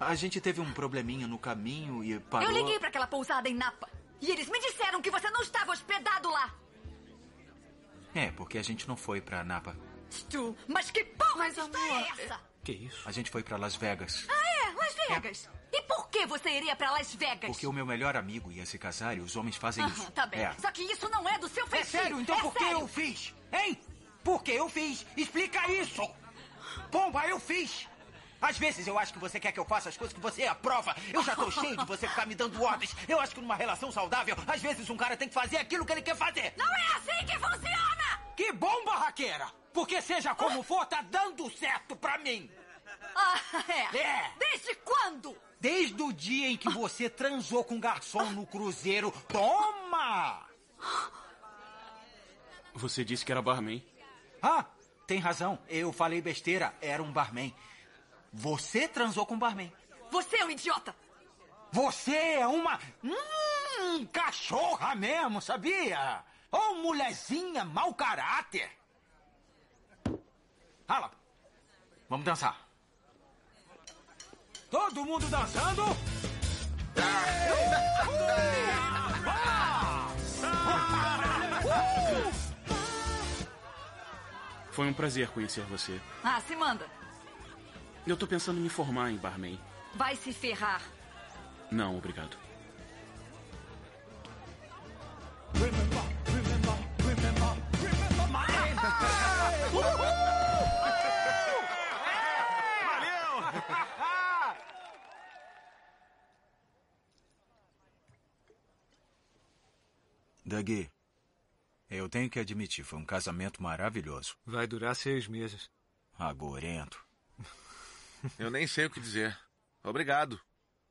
Speaker 13: A gente teve um probleminha no caminho e parou...
Speaker 12: Eu liguei para aquela pousada em Napa. E eles me disseram que você não estava hospedado lá.
Speaker 13: É, porque a gente não foi pra Napa.
Speaker 12: Stu, mas que porra de história é essa?
Speaker 13: Que isso? A gente foi pra Las Vegas.
Speaker 12: Ah, é? Las Vegas. E por que você iria para Las Vegas?
Speaker 13: Porque o meu melhor amigo ia se casar e os homens fazem
Speaker 12: Aham,
Speaker 13: isso.
Speaker 12: tá bem.
Speaker 13: É.
Speaker 12: Só que isso não é do seu feitio.
Speaker 19: É sério, então
Speaker 12: É
Speaker 19: por que
Speaker 12: sério.
Speaker 19: eu fiz? Hein? Por que eu fiz? Explica isso! Pomba, eu fiz! Às vezes eu acho que você quer que eu faça as coisas que você aprova. Eu já tô cheio de você ficar me dando ordens. Eu acho que numa relação saudável, às vezes um cara tem que fazer aquilo que ele quer fazer.
Speaker 12: Não é assim que funciona!
Speaker 19: Que bom, barraqueira! Porque seja como for, tá dando certo pra mim.
Speaker 12: Ah, é.
Speaker 19: É.
Speaker 12: Desde quando?
Speaker 19: Desde o dia em que você transou com um garçom no cruzeiro. Toma!
Speaker 10: Você disse que era barman.
Speaker 19: Ah, tem razão. Eu falei besteira. Era um barman. Você transou com um barman.
Speaker 12: Você é um idiota.
Speaker 19: Você é uma. Hum, cachorra mesmo, sabia? Ou mulherzinha mau caráter. Alan, vamos dançar.
Speaker 6: Todo mundo dançando?
Speaker 10: Foi um prazer conhecer você.
Speaker 12: Ah, se manda.
Speaker 10: Eu tô pensando em me formar em barman.
Speaker 12: Vai se ferrar.
Speaker 10: Não, obrigado.
Speaker 13: Doug, eu tenho que admitir, foi um casamento maravilhoso.
Speaker 6: Vai durar seis meses.
Speaker 15: Ah,
Speaker 13: Agorento.
Speaker 11: Eu nem sei o que dizer. Obrigado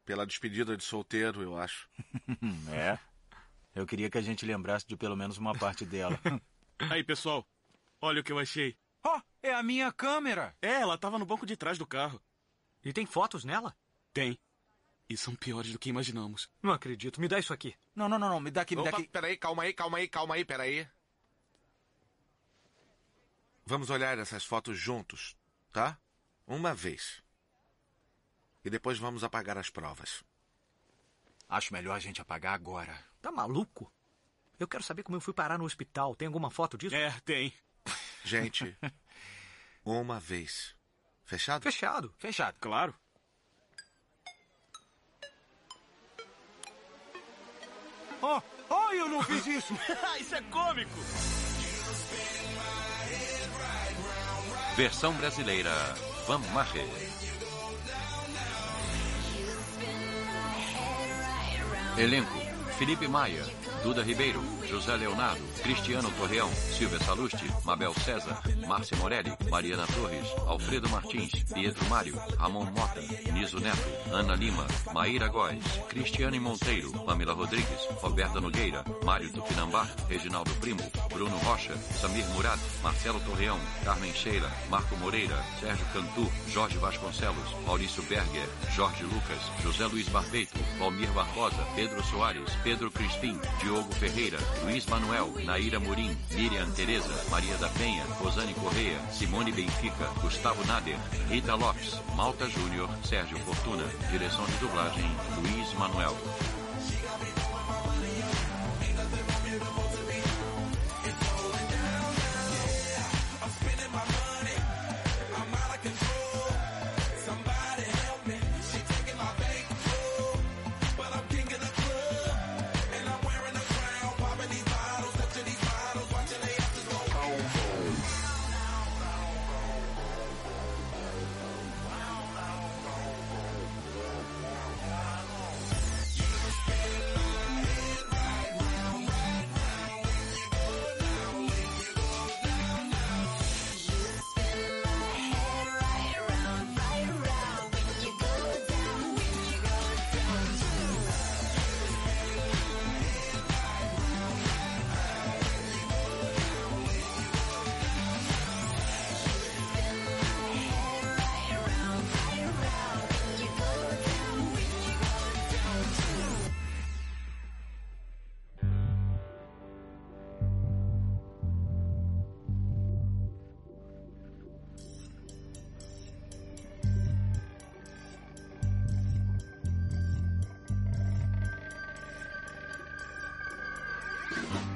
Speaker 11: pela despedida de solteiro, eu acho.
Speaker 13: É?
Speaker 15: [LAUGHS] Eu queria que a gente lembrasse de pelo menos uma parte
Speaker 19: [LAUGHS]
Speaker 15: dela.
Speaker 10: Aí, pessoal, olha o que eu achei.
Speaker 6: Oh, é a minha câmera.
Speaker 10: É, ela tava no banco de trás do carro.
Speaker 6: E tem fotos nela?
Speaker 10: Tem. E são piores do que imaginamos.
Speaker 6: Não acredito. Me dá isso aqui.
Speaker 15: Não, não, não, não. Me dá aqui, me dá
Speaker 14: Opa,
Speaker 15: aqui.
Speaker 14: peraí, calma aí, calma aí, calma aí, peraí. Vamos olhar essas fotos juntos, tá? Uma vez. E depois vamos apagar as provas.
Speaker 15: Acho melhor a gente apagar agora.
Speaker 6: Tá maluco? Eu quero saber como eu fui parar no hospital. Tem alguma foto disso?
Speaker 10: É, tem.
Speaker 15: [LAUGHS]
Speaker 14: Gente, uma vez. Fechado?
Speaker 6: Fechado.
Speaker 15: Fechado.
Speaker 10: Claro.
Speaker 19: Oh, oh, eu não fiz isso.
Speaker 10: [LAUGHS] isso é cômico.
Speaker 1: Versão brasileira, Van Marre. Elenco, Felipe Maia, Duda Ribeiro, José Leonardo, Cristiano Torreão, Silvia Salusti, Mabel César, Márcia Morelli, Mariana Torres, Alfredo Martins, Pietro Mário, Ramon Mota, Niso Neto, Ana Lima, Maíra Góes, Cristiane Monteiro, Pamela Rodrigues, Roberta Nogueira, Mário Tupinambá, Reginaldo Primo, Bruno Rocha, Samir Murat, Marcelo Torreão, Carmen Sheila, Marco Moreira, Sérgio Cantu, Jorge Vasconcelos, Maurício Berger, Jorge Lucas, José Luiz Barbeito, Valmir Barbosa, Pedro Soares, Pedro Crispim, Diogo Ferreira, Luiz Manuel, Naira Murim, Miriam Tereza, Maria da Penha, Rosane Correia, Simone Benfica, Gustavo Nader, Rita Lopes, Malta Júnior, Sérgio Fortuna, direção de dublagem, Luiz Manuel.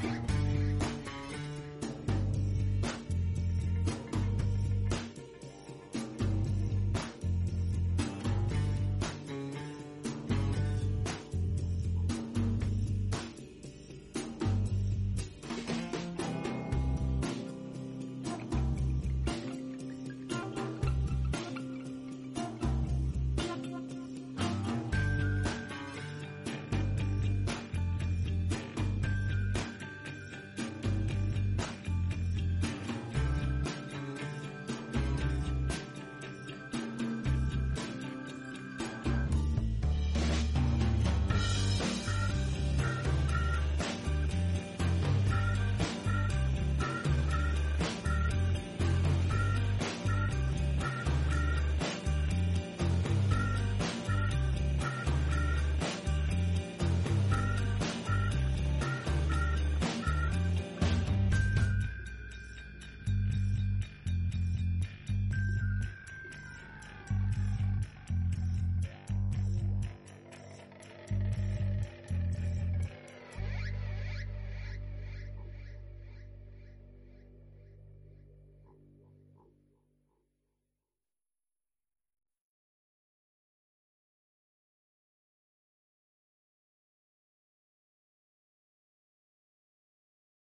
Speaker 8: Thank you.